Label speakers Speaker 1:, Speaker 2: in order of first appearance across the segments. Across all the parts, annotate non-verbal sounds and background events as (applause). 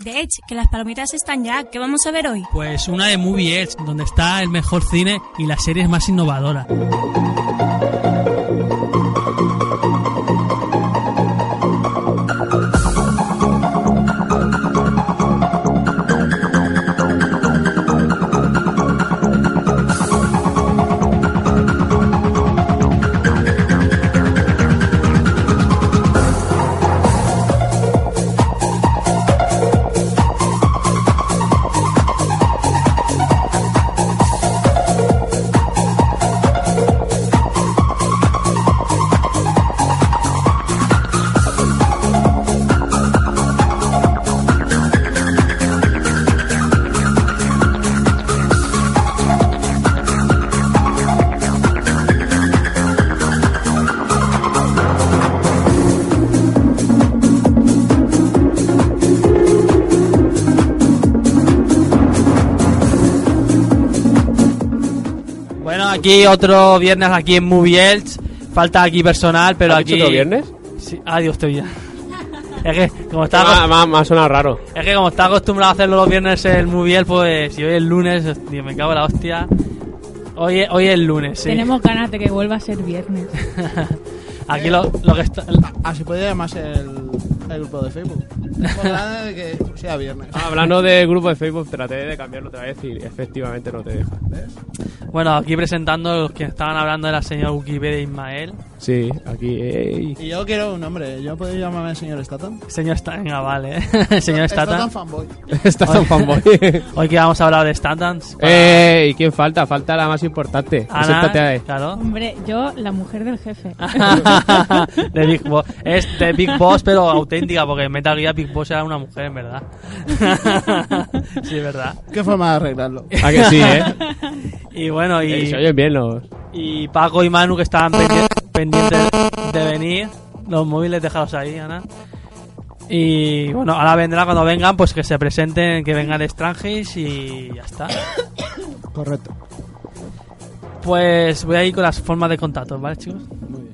Speaker 1: De Edge, que las palomitas están ya. ¿Qué vamos a ver hoy?
Speaker 2: Pues una de Movie Edge, donde está el mejor cine y las series más innovadoras. Bueno, aquí otro viernes aquí en Movie Elch. Falta aquí personal, pero
Speaker 3: ¿Has
Speaker 2: aquí.
Speaker 3: dicho otro viernes?
Speaker 2: Sí. Ah, Adiós, te vida. Es que, como
Speaker 3: Me
Speaker 2: está,
Speaker 3: ha- Ah, me ha- me ha sonado raro.
Speaker 2: es que como está acostumbrado a hacerlo los viernes el Movie Elch, pues si hoy es lunes, tío, me cago en la hostia. Hoy es, hoy es lunes, sí.
Speaker 4: Tenemos ganas de que vuelva a ser viernes.
Speaker 2: Aquí lo, lo que está.
Speaker 5: Así puede llamarse el, el grupo de Facebook. Tengo ganas de que sea viernes.
Speaker 3: Ah, Hablando del grupo de Facebook, traté de cambiarlo otra vez y efectivamente no te deja.
Speaker 2: Bueno, aquí presentando los que estaban hablando de la señora Wikipedia Ismael.
Speaker 3: Sí, aquí. (laughs) ey.
Speaker 5: Y yo quiero un nombre. ¿Yo puedo llamarme señor Statham?
Speaker 2: Señor Statham, venga, vale. (laughs) ¿eh? Señor Statham.
Speaker 5: fanboy.
Speaker 3: Estás tan (laughs) fanboy.
Speaker 2: Hoy que vamos a hablar de Statans.
Speaker 3: ¡Ey! Eh, ¿Quién falta? Falta la más importante.
Speaker 2: Ana,
Speaker 3: Preséntate.
Speaker 2: claro. (laughs)
Speaker 4: Hombre, yo, la mujer del
Speaker 6: (laughs)
Speaker 4: jefe.
Speaker 2: de Big Boss. Es de Big Boss, pero auténtica, porque en Metal Gear Big Boss era una mujer, en verdad. (laughs) sí, es verdad.
Speaker 5: ¿Qué forma de arreglarlo?
Speaker 3: A que sí, ¿eh?
Speaker 2: Y bueno,
Speaker 3: Ey,
Speaker 2: (laughs) y,
Speaker 3: Se oyen bien los...
Speaker 2: y Paco y Manu que estaban pendi- pendientes de venir. Los móviles dejados ahí, Ana. Y bueno, ahora vendrá cuando vengan, pues que se presenten, que vengan de Strangis y ya está.
Speaker 5: Correcto.
Speaker 2: Pues voy a ir con las formas de contacto, ¿vale, chicos?
Speaker 5: Muy bien.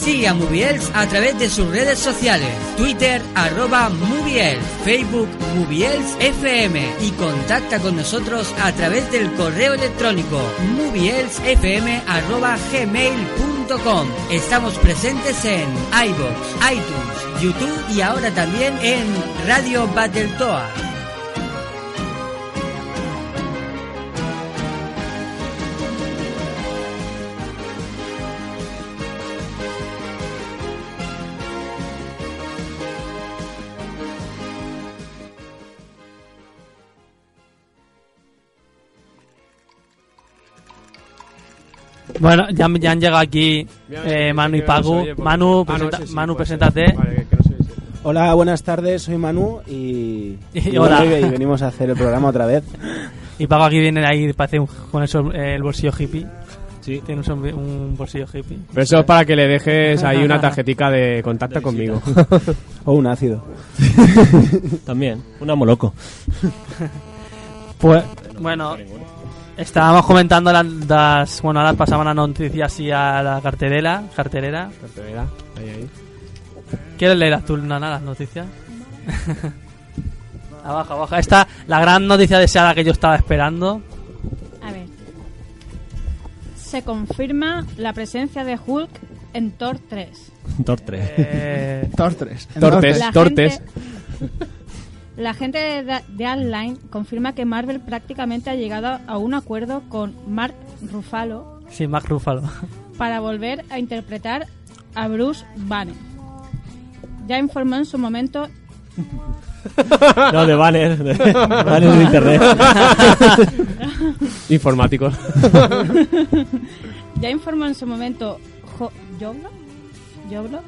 Speaker 7: Sigue a Moviels a través de sus redes sociales, Twitter arroba Moviels, Facebook Moviels FM y contacta con nosotros a través del correo electrónico movielsfm arroba gmail.com. Estamos presentes en iBox, iTunes, YouTube y ahora también en Radio Battletoa.
Speaker 2: Bueno, ya, ya han llegado aquí eh, Manu y Paco.
Speaker 3: Ah,
Speaker 2: Manu, presenta- Manu, preséntate.
Speaker 8: Hola, buenas tardes, soy Manu y,
Speaker 2: (laughs) Y
Speaker 8: y
Speaker 2: hola.
Speaker 8: bueno, y venimos a hacer el programa otra vez.
Speaker 2: (laughs) Y Paco aquí viene ahí, parece un- con el, sor- eh, el bolsillo hippie.
Speaker 3: Sí.
Speaker 2: Tiene un, sombre- un bolsillo hippie.
Speaker 3: Pero eso es para que le dejes ahí
Speaker 2: (laughs)
Speaker 3: una tarjetica de contacto conmigo.
Speaker 8: (laughs) O un ácido.
Speaker 3: (laughs)
Speaker 6: También, un
Speaker 2: (laughs)
Speaker 6: amo loco.
Speaker 2: Pues, bueno, estábamos comentando las, das- Bueno, ahora pasaban las noticias así a la cartelera. cartelera.
Speaker 3: Cartelera, ahí, ahí.
Speaker 2: ¿Quieres leer tú, Nana, las noticias? abajo, abajo. Esta, la gran noticia deseada que yo estaba esperando.
Speaker 4: A ver. Se confirma la presencia de Hulk en Thor 3.
Speaker 6: Tortre.
Speaker 2: Eh,
Speaker 5: Tortres.
Speaker 3: Tortes.
Speaker 4: La
Speaker 3: Tortes.
Speaker 4: gente- La gente de, Da- de Outline confirma que Marvel prácticamente ha llegado a un acuerdo con Mark Ruffalo
Speaker 2: Sí, Mark Ruffalo.
Speaker 4: para volver a interpretar a Bruce Banner. Ya informó en su momento
Speaker 6: (laughs) No, de banner. De, (laughs) banner de internet.
Speaker 2: (laughs)
Speaker 3: Informáticos.
Speaker 4: Ya informó en su momento Jo- Joblo, Joblo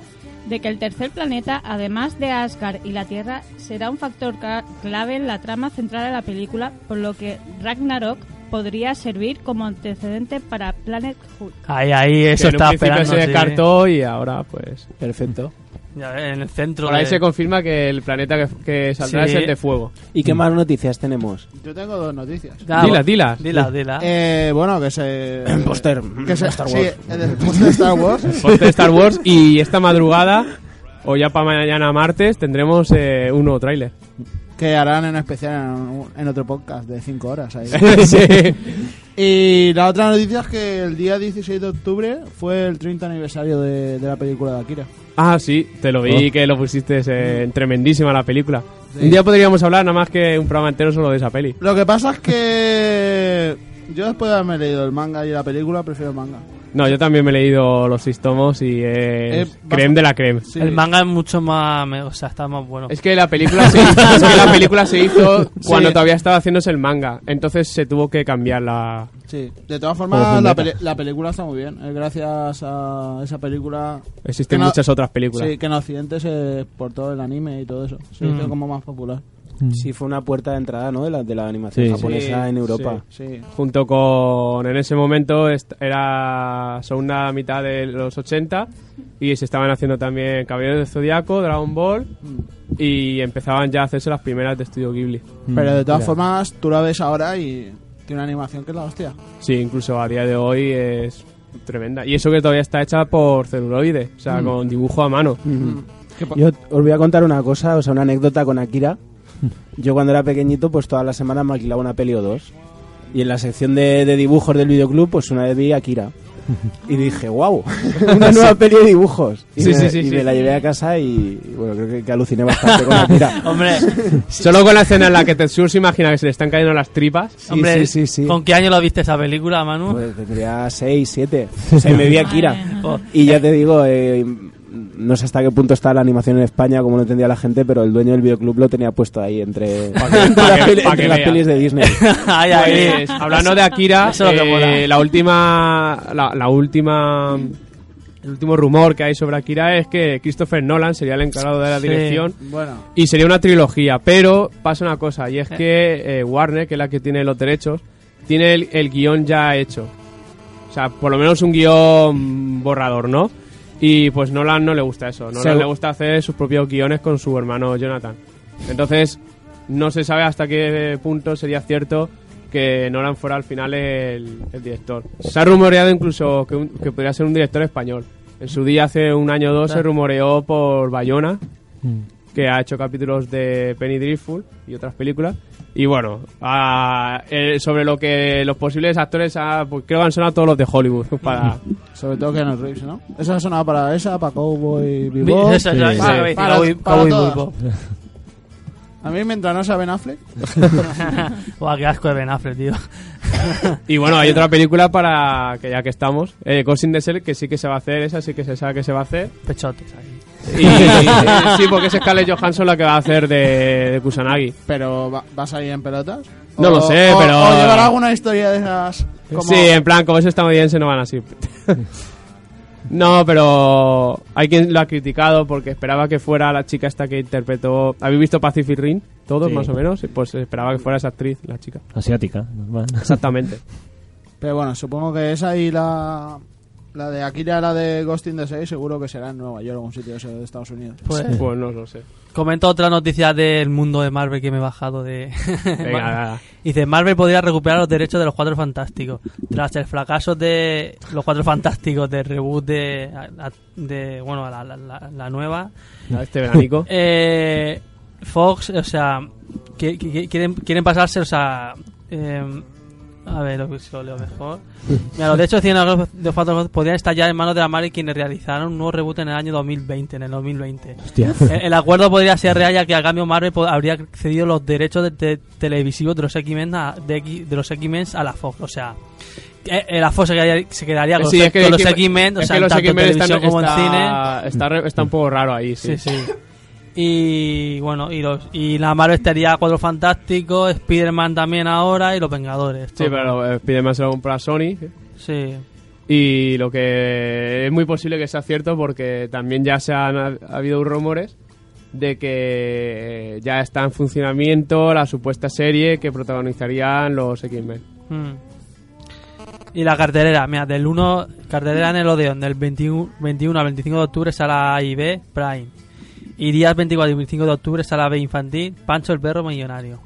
Speaker 4: de que el tercer planeta, además de Asgard y la Tierra, será un factor ca- clave en la trama central de la película, por lo que Ragnarok podría servir como antecedente para Planet Hulk.
Speaker 2: Ahí, ahí, eso
Speaker 3: que en un
Speaker 2: estaba
Speaker 3: principio
Speaker 2: esperando.
Speaker 3: se
Speaker 2: sí.
Speaker 3: descartó y ahora, pues, perfecto.
Speaker 2: Ya, En el centro.
Speaker 3: Por ahí
Speaker 2: de-
Speaker 3: se confirma que el planeta que, que saldrá
Speaker 2: Pues- Sí.
Speaker 3: es el de fuego.
Speaker 8: (laughs) ¿Y qué más noticias (clears throat) tenemos?
Speaker 5: Yo tengo dos noticias.
Speaker 2: Ya,
Speaker 3: Dila,
Speaker 2: bueno,
Speaker 3: dila.
Speaker 2: Dila, dila.
Speaker 5: Eh, bueno, que se.
Speaker 8: El póster
Speaker 5: Que se,
Speaker 8: de Star
Speaker 5: sí,
Speaker 8: Wars.
Speaker 5: el del póster de Star Wars.
Speaker 3: Post de Star Wars y esta madrugada, o ya para mañana martes, tendremos eh, un nuevo tráiler.
Speaker 5: que harán en especial en, un- en otro podcast de 5 horas. Ahí.
Speaker 3: Sí.
Speaker 5: Y la otra noticia es que el día 16 de octubre fue el 30 aniversario de, de la película de Akira.
Speaker 3: Ah, sí, te lo vi
Speaker 6: Oh.
Speaker 3: que lo pusiste en tremendísima la película.
Speaker 5: Sí.
Speaker 3: Un día podríamos hablar nada más que un programa entero solo de esa peli.
Speaker 5: Lo que pasa es que yo después de haberme leído el manga y la película, prefiero el manga.
Speaker 3: No, yo también me he leído los seis tomos y es
Speaker 5: Eh,
Speaker 3: creme de la creme.
Speaker 5: Sí.
Speaker 2: El manga es mucho más. me- O sea, está más bueno.
Speaker 3: (laughs) Es que la película se, es que la película se hizo cuando
Speaker 5: Sí.
Speaker 3: todavía estaba haciéndose el manga, entonces se tuvo que cambiar la
Speaker 5: Sí. De todas
Speaker 6: Como
Speaker 5: formas,
Speaker 6: Fullmetal.
Speaker 5: la, peli- la película está muy bien. Eh, Gracias a esa película...
Speaker 3: Existen
Speaker 5: Que no-
Speaker 3: muchas otras películas.
Speaker 5: Sí, que en Occidente se exportó el anime y todo eso. Se
Speaker 2: Mm.
Speaker 5: hizo como más popular.
Speaker 8: Sí, fue una puerta de entrada, ¿no? De la, de la animación
Speaker 6: Sí,
Speaker 8: japonesa
Speaker 3: sí,
Speaker 8: en Europa.
Speaker 5: Sí.
Speaker 3: Junto con, en ese momento, est- era segunda mitad de los 80 y se estaban haciendo también Caballeros del Zodiaco, Dragon Ball y empezaban ya a hacerse las primeras de Estudio Ghibli.
Speaker 5: Pero de todas
Speaker 6: Mira.
Speaker 5: formas, tú la ves ahora y tiene una animación que es la hostia.
Speaker 3: Sí, incluso a día de hoy es tremenda. Y eso que todavía está hecha por celuloide, o sea, con dibujo a mano.
Speaker 8: Yo os voy a contar una cosa, o sea, una anécdota con Akira. Yo cuando era pequeñito, pues todas las semanas me alquilaba una peli o dos. Y en la sección de, de dibujos del videoclub, pues una vez vi
Speaker 6: (laughs)
Speaker 8: Akira. Y dije, wow, una nueva peli de dibujos. Y,
Speaker 3: Sí,
Speaker 8: me,
Speaker 3: sí, sí,
Speaker 8: y
Speaker 3: sí.
Speaker 8: me la llevé a casa y, y bueno, creo que, que aluciné bastante con
Speaker 6: (laughs)
Speaker 8: Akira.
Speaker 3: (laughs)
Speaker 2: Hombre,
Speaker 3: Solo con la escena en la que Tetsuo se imagina que se le están cayendo las tripas.
Speaker 8: Sí,
Speaker 2: hombre,
Speaker 8: sí, sí, sí.
Speaker 2: ¿con qué año lo viste esa película, Manu?
Speaker 8: Pues tendría
Speaker 3: (laughs)
Speaker 8: 6, 7. Se me vi Akira.
Speaker 2: Oh,
Speaker 8: Y ya te digo, eh, no sé hasta qué punto está la animación en España, como no entendía la gente, pero el dueño del videoclub lo tenía puesto ahí entre, (laughs)
Speaker 3: Pa' que- pa'
Speaker 8: las
Speaker 3: que-
Speaker 8: peli-
Speaker 3: pa'
Speaker 8: entre
Speaker 3: que
Speaker 8: las
Speaker 3: vea.
Speaker 8: pelis de Disney.
Speaker 2: (laughs) ay, ay.
Speaker 3: Pues, hablando de Akira,
Speaker 2: Eso es lo que
Speaker 3: eh,
Speaker 2: mola.
Speaker 3: la última, la, la última, el último rumor que hay sobre Akira es que Christopher Nolan sería el encargado de la
Speaker 2: Sí.
Speaker 3: dirección
Speaker 5: Bueno,
Speaker 3: y sería una trilogía. Pero pasa una cosa y es que eh, Warner, que es la que tiene los derechos, tiene el, el guión ya hecho, o sea, por lo menos un guión borrador, ¿no? Y pues Nolan no le gusta eso. Nolan
Speaker 8: Segu-
Speaker 3: le gusta hacer sus propios guiones con su hermano Jonathan. Entonces, no se sabe hasta qué punto sería cierto que Nolan fuera al final el, el director. Se ha rumoreado incluso que, un- que podría ser un director español. En su día, hace un año o dos, se rumoreó por Bayona, que ha hecho capítulos de Penny Dreadful y otras películas. Y bueno, ah, eh, sobre lo que los posibles actores, ah, pues creo que han sonado todos los de Hollywood. (laughs) Para,
Speaker 5: sobre todo Keanu Reeves, ¿no? Esa ha sonado para esa, para Cowboy
Speaker 2: Vi-
Speaker 5: Bebop.
Speaker 2: eso, eso, eso,
Speaker 3: Para-
Speaker 2: iba a decir,
Speaker 5: para-
Speaker 2: Cowboy-
Speaker 5: para
Speaker 2: Cowboy
Speaker 5: todas.
Speaker 2: Bebop.
Speaker 5: A mí mientras no sea Ben Affleck.
Speaker 2: Buah, qué asco de Ben Affleck, tío.
Speaker 3: Y bueno, hay otra película para que ya que estamos, eh, Ghost in the Shell, que sí que se va a hacer, esa sí que se sabe que se va a hacer.
Speaker 2: Pechotes ahí.
Speaker 3: Y, sí, porque es Scarlett Johansson la que va a hacer de, de Kusanagi.
Speaker 5: Pero ¿va, va a salir en pelotas?
Speaker 3: No lo sé,
Speaker 5: o-
Speaker 3: pero-
Speaker 5: O llevará alguna historia de esas. Como...
Speaker 3: Sí, em- en plan, como es estadounidense no van así. (laughs) no, pero hay quien lo ha criticado porque esperaba que fuera la chica esta que interpretó... ¿Habéis visto Pacific Rim? Todos
Speaker 6: Sí.
Speaker 3: más o menos. Pues esperaba que fuera esa actriz, la chica.
Speaker 6: Asiática, normal.
Speaker 3: Exactamente.
Speaker 5: Pero bueno, supongo que esa y la. La de Akira, la de Ghost in the Sea, seguro que será en Nueva York, algún sitio de eso de Estados Unidos.
Speaker 2: Pues,
Speaker 3: pues
Speaker 2: (laughs)
Speaker 3: no lo sé.
Speaker 2: comento otra noticia del mundo de Marvel que me he bajado de... (laughs)
Speaker 3: Venga, nada.
Speaker 2: Dice, Marvel podría recuperar los derechos de los Cuatro Fantásticos. Tras el fracaso de los Cuatro Fantásticos del reboot de, a- a- de bueno, la, la- la- la nueva,
Speaker 3: A Este veranico.
Speaker 2: eh, Fox, o sea, que- que- que quieren, quieren pasarse, o sea, eh, A ver, lo, lo leo mejor. Mira, los derechos de Cien Horas de Fatal Fury podrían estar ya en manos de la Mari quienes realizaron un nuevo reboot en el año 2020, en el 2020.
Speaker 6: Hostia.
Speaker 2: (laughs) El, el acuerdo podría ser real ya que a cambio Marvel po- habría cedido los derechos de- de- televisivos de los X-Men a, de, X- de los X-Men a la Fox, o sea, eh, eh, la Fox se quedaría, se quedaría (laughs) con,
Speaker 3: Eh, Sí,
Speaker 2: los-
Speaker 3: es que
Speaker 2: con los
Speaker 3: X-
Speaker 2: X-Men, o
Speaker 3: es
Speaker 2: sea,
Speaker 3: que los
Speaker 2: tanto en
Speaker 3: X-Men están-
Speaker 2: televisión como en cine.
Speaker 3: está, está re- está un poco raro ahí, sí.
Speaker 2: Sí, sí. Y bueno, y, los, y la Marvel estaría Cuadro Fantástico, Spider-Man también ahora y Los Vengadores.
Speaker 3: Sí,
Speaker 2: todo.
Speaker 3: pero eh, Spiderman se lo compra a Sony.
Speaker 2: Sí.
Speaker 3: Y lo que es muy posible que sea cierto porque también ya se han ha habido rumores de que eh, ya está en funcionamiento la supuesta serie que protagonizarían los X-Men.
Speaker 2: Mm. Y la cartelera, mira, del 1, cartelera en el Odeon, del 21, 21 al 25 de octubre sala A y B, Prime. Y días 24 y 25 de octubre sala B infantil, Pancho el perro millonario.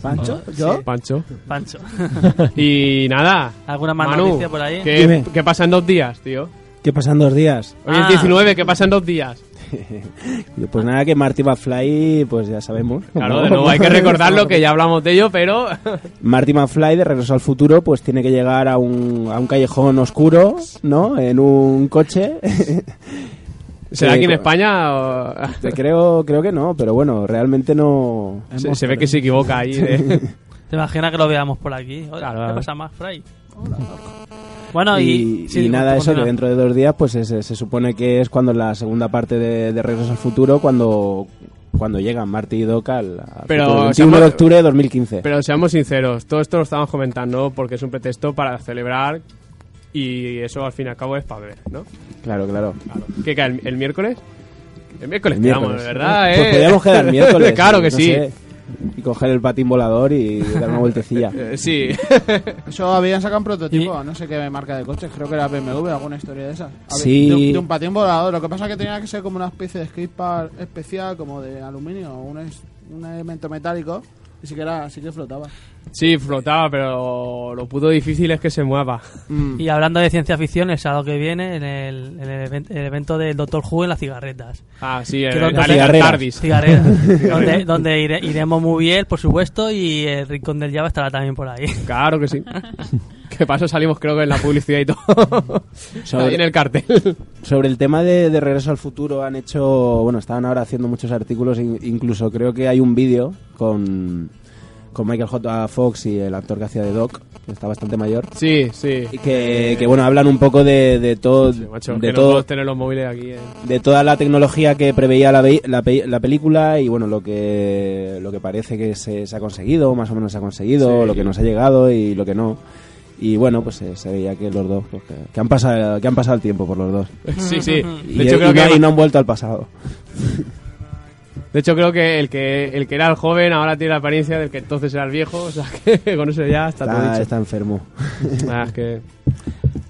Speaker 5: ¿Pancho? ¿Yo?
Speaker 3: Eh, Pancho.
Speaker 2: Pancho. (laughs)
Speaker 3: Y nada.
Speaker 2: ¿Alguna más
Speaker 3: Manu,
Speaker 2: noticia por ahí?
Speaker 3: ¿qué,
Speaker 8: Dime.
Speaker 3: qué pasa en dos días, tío?
Speaker 8: ¿Qué pasan dos días?
Speaker 3: Hoy es
Speaker 2: Ah.
Speaker 3: 19, ¿qué pasa en dos días?
Speaker 8: Yo, Pues nada, que Marty McFly, pues ya sabemos.
Speaker 3: Claro,
Speaker 8: (laughs)
Speaker 3: de nuevo hay que recordarlo que ya hablamos de ello, pero
Speaker 8: Marty McFly de Regreso al Futuro pues tiene que llegar a un, a un callejón oscuro, ¿no? En un coche. (laughs)
Speaker 3: ¿será
Speaker 8: Sí,
Speaker 3: aquí en
Speaker 8: co-
Speaker 3: España o-
Speaker 8: Te creo, creo que no, pero bueno, realmente no...
Speaker 3: Se, se ve que se equivoca ahí. de-
Speaker 2: ¿Te imaginas que lo veamos por aquí? Hola,
Speaker 3: Claro,
Speaker 2: ¿Qué
Speaker 3: claro.
Speaker 2: pasa más, Fray? Bueno, y...
Speaker 8: Y, y
Speaker 2: sí,
Speaker 8: nada, eso, que
Speaker 2: continúa.
Speaker 8: dentro de dos días pues es- se supone que es cuando la segunda parte de, de Regreso al Futuro, cuando, cuando llegan Marty y Doc al... al
Speaker 3: Pero,
Speaker 8: futuro,
Speaker 3: o sea,
Speaker 8: 21 de
Speaker 3: hemos-
Speaker 8: octubre de 2015.
Speaker 3: Pero seamos sinceros, todo esto lo estamos comentando porque es un pretexto para celebrar y eso al fin y al cabo es para ver, ¿no?
Speaker 8: Claro,
Speaker 3: (laughs)
Speaker 8: claro.
Speaker 3: Claro. ¿Qué cae? ¿El, el miércoles? El miércoles,
Speaker 8: El
Speaker 3: quedamos,
Speaker 8: miércoles.
Speaker 3: de Pues ¿verdad?
Speaker 8: Pues
Speaker 3: eh?
Speaker 8: podríamos quedar
Speaker 3: (laughs)
Speaker 8: miércoles.
Speaker 3: claro que
Speaker 8: no
Speaker 3: sí.
Speaker 8: sé, y coger el patín volador y dar
Speaker 3: (laughs)
Speaker 8: una vueltecilla.
Speaker 3: Eh, sí.
Speaker 5: Eso habían sacado un prototipo,
Speaker 2: Y-
Speaker 5: no sé qué marca de coches, creo que era BMW, alguna historia de esas. Había-
Speaker 8: Sí.
Speaker 5: De, un- de un patín volador, lo que pasa es que tenía que ser como una especie de skipper especial, como de aluminio, o un, es- un elemento metálico, y sí que, era, sí que flotaba. (laughs)
Speaker 3: Sí, flotaba, pero lo puto difícil es que se mueva.
Speaker 2: Y hablando de ciencia ficción, el sábado que viene, en el, en el, event- el evento del Doctor Who en las cigarretas.
Speaker 3: Ah, sí, el,
Speaker 2: Que no-
Speaker 3: el
Speaker 2: no-
Speaker 3: Alien
Speaker 8: cigarreras.
Speaker 3: Tardis.
Speaker 2: Cigarretas.
Speaker 3: (laughs)
Speaker 2: donde donde ire- iremos muy bien, por supuesto, y el Rincón del Java estará también por ahí. (laughs)
Speaker 3: Claro
Speaker 8: (laughs)
Speaker 3: que sí. Que paso salimos creo que en la publicidad y
Speaker 8: (laughs)
Speaker 3: todo. Ahí en el cartel. (laughs)
Speaker 8: Sobre el tema de, de Regreso al Futuro han hecho, bueno, estaban ahora haciendo muchos artículos, in- incluso creo que hay un vídeo con, con Michael J. Fox y el actor que hacía de Doc, que está bastante mayor,
Speaker 3: Sí, sí.
Speaker 8: y que, que, bueno, hablan un poco de, de todo,
Speaker 3: Sí, macho, que
Speaker 8: de,
Speaker 3: no
Speaker 8: todo
Speaker 3: podemos tener los móviles aquí. eh.
Speaker 8: (laughs) de toda la tecnología que preveía la, vei- la, pe- la película y bueno, lo que, lo que parece que se, se ha conseguido, más o menos se ha conseguido,
Speaker 3: Sí.
Speaker 8: lo que nos ha llegado y lo que no. Y bueno, pues eh, se veía que los dos, pues, que, que han pasado, que han pasado el tiempo por los dos.
Speaker 3: Sí, sí.
Speaker 8: Y,
Speaker 3: De hecho,
Speaker 8: y
Speaker 3: creo
Speaker 8: no-
Speaker 3: que,
Speaker 8: y no han vuelto al pasado.
Speaker 3: de hecho, creo que el que el que era el joven ahora tiene la apariencia del que entonces era el viejo. (laughs) O sea, que con eso ya está todo
Speaker 8: Está,
Speaker 3: dicho.
Speaker 8: está enfermo.
Speaker 3: Ah, es
Speaker 8: (laughs)
Speaker 3: que-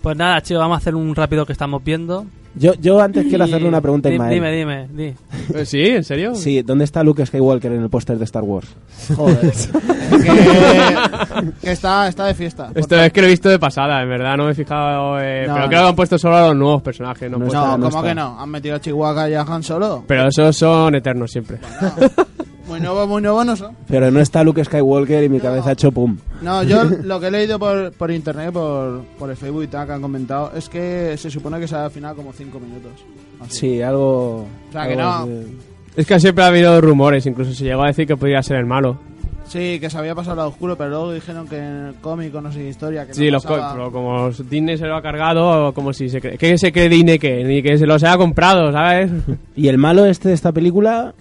Speaker 2: Pues nada, chicos, vamos a hacer un rápido que estamos viendo.
Speaker 8: Yo, yo antes quiero
Speaker 2: Y-
Speaker 8: hacerle una pregunta a
Speaker 2: Di-
Speaker 8: Ismael.
Speaker 2: Dime, dime, di.
Speaker 3: Eh, ¿Sí? ¿En serio?
Speaker 8: Sí, ¿dónde está Luke Skywalker en el póster de Star Wars?
Speaker 5: Joder. que que está, está de fiesta.
Speaker 3: Esto es que lo he visto de pasada, en verdad, no me he fijado. eh,
Speaker 5: No,
Speaker 3: pero
Speaker 5: no.
Speaker 3: creo que han puesto solo a los nuevos personajes. No,
Speaker 8: No
Speaker 3: han puesto-
Speaker 5: no,
Speaker 8: está, no
Speaker 5: ¿cómo
Speaker 8: está.
Speaker 5: que no? ¿Han metido a Chihuahua y a Han Solo?
Speaker 3: Pero esos son eternos siempre. (laughs)
Speaker 5: Muy nuevo, muy nuevo no son.
Speaker 8: Pero no está Luke Skywalker y mi cabeza ha hecho pum.
Speaker 5: No, yo lo que he leído por, por internet, por, por el Facebook y tal, que han comentado, es que se supone que se al final como 5 minutos. Así.
Speaker 8: Sí, algo...
Speaker 5: O sea, que
Speaker 8: algo
Speaker 5: no.
Speaker 8: así.
Speaker 3: Es que siempre ha habido rumores, incluso se llegó a decir que podría ser el malo.
Speaker 5: Sí, que se había pasado a oscuro, pero luego dijeron que en el cómic o no sé qué historia. Que
Speaker 3: Sí,
Speaker 5: no
Speaker 3: los co-
Speaker 5: pasaba.
Speaker 3: pero como Disney se lo ha cargado, o como si se cree. ¿Qué se cree Disney que? Ni que se los haya comprado,
Speaker 8: (laughs)
Speaker 3: ¿sabes?
Speaker 8: Y el malo este de esta película...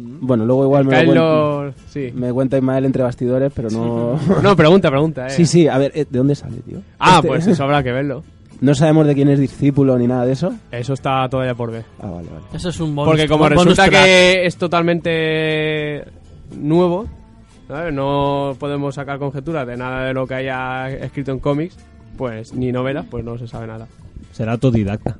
Speaker 8: Bueno, luego igual me,
Speaker 3: Caen
Speaker 8: lo cuen-
Speaker 3: los- Sí.
Speaker 8: me cuenta Ismael entre bastidores, pero no...
Speaker 3: No, pregunta, pregunta, eh.
Speaker 8: Sí, sí, a ver, eh, ¿de dónde sale, tío?
Speaker 3: Ah,
Speaker 8: Este- (laughs)
Speaker 3: pues eso habrá que verlo.
Speaker 8: No sabemos de quién es discípulo ni nada de eso.
Speaker 3: Eso está todavía por ver.
Speaker 8: Ah, vale, vale.
Speaker 2: Eso es un bonus.
Speaker 3: Porque como
Speaker 2: un bonus
Speaker 3: resulta
Speaker 2: track. (laughs)
Speaker 3: que es totalmente nuevo, ¿sabes? no podemos sacar conjeturas de nada de lo que haya escrito en cómics, pues ni novelas, pues no se sabe nada.
Speaker 6: (laughs) Será autodidacta.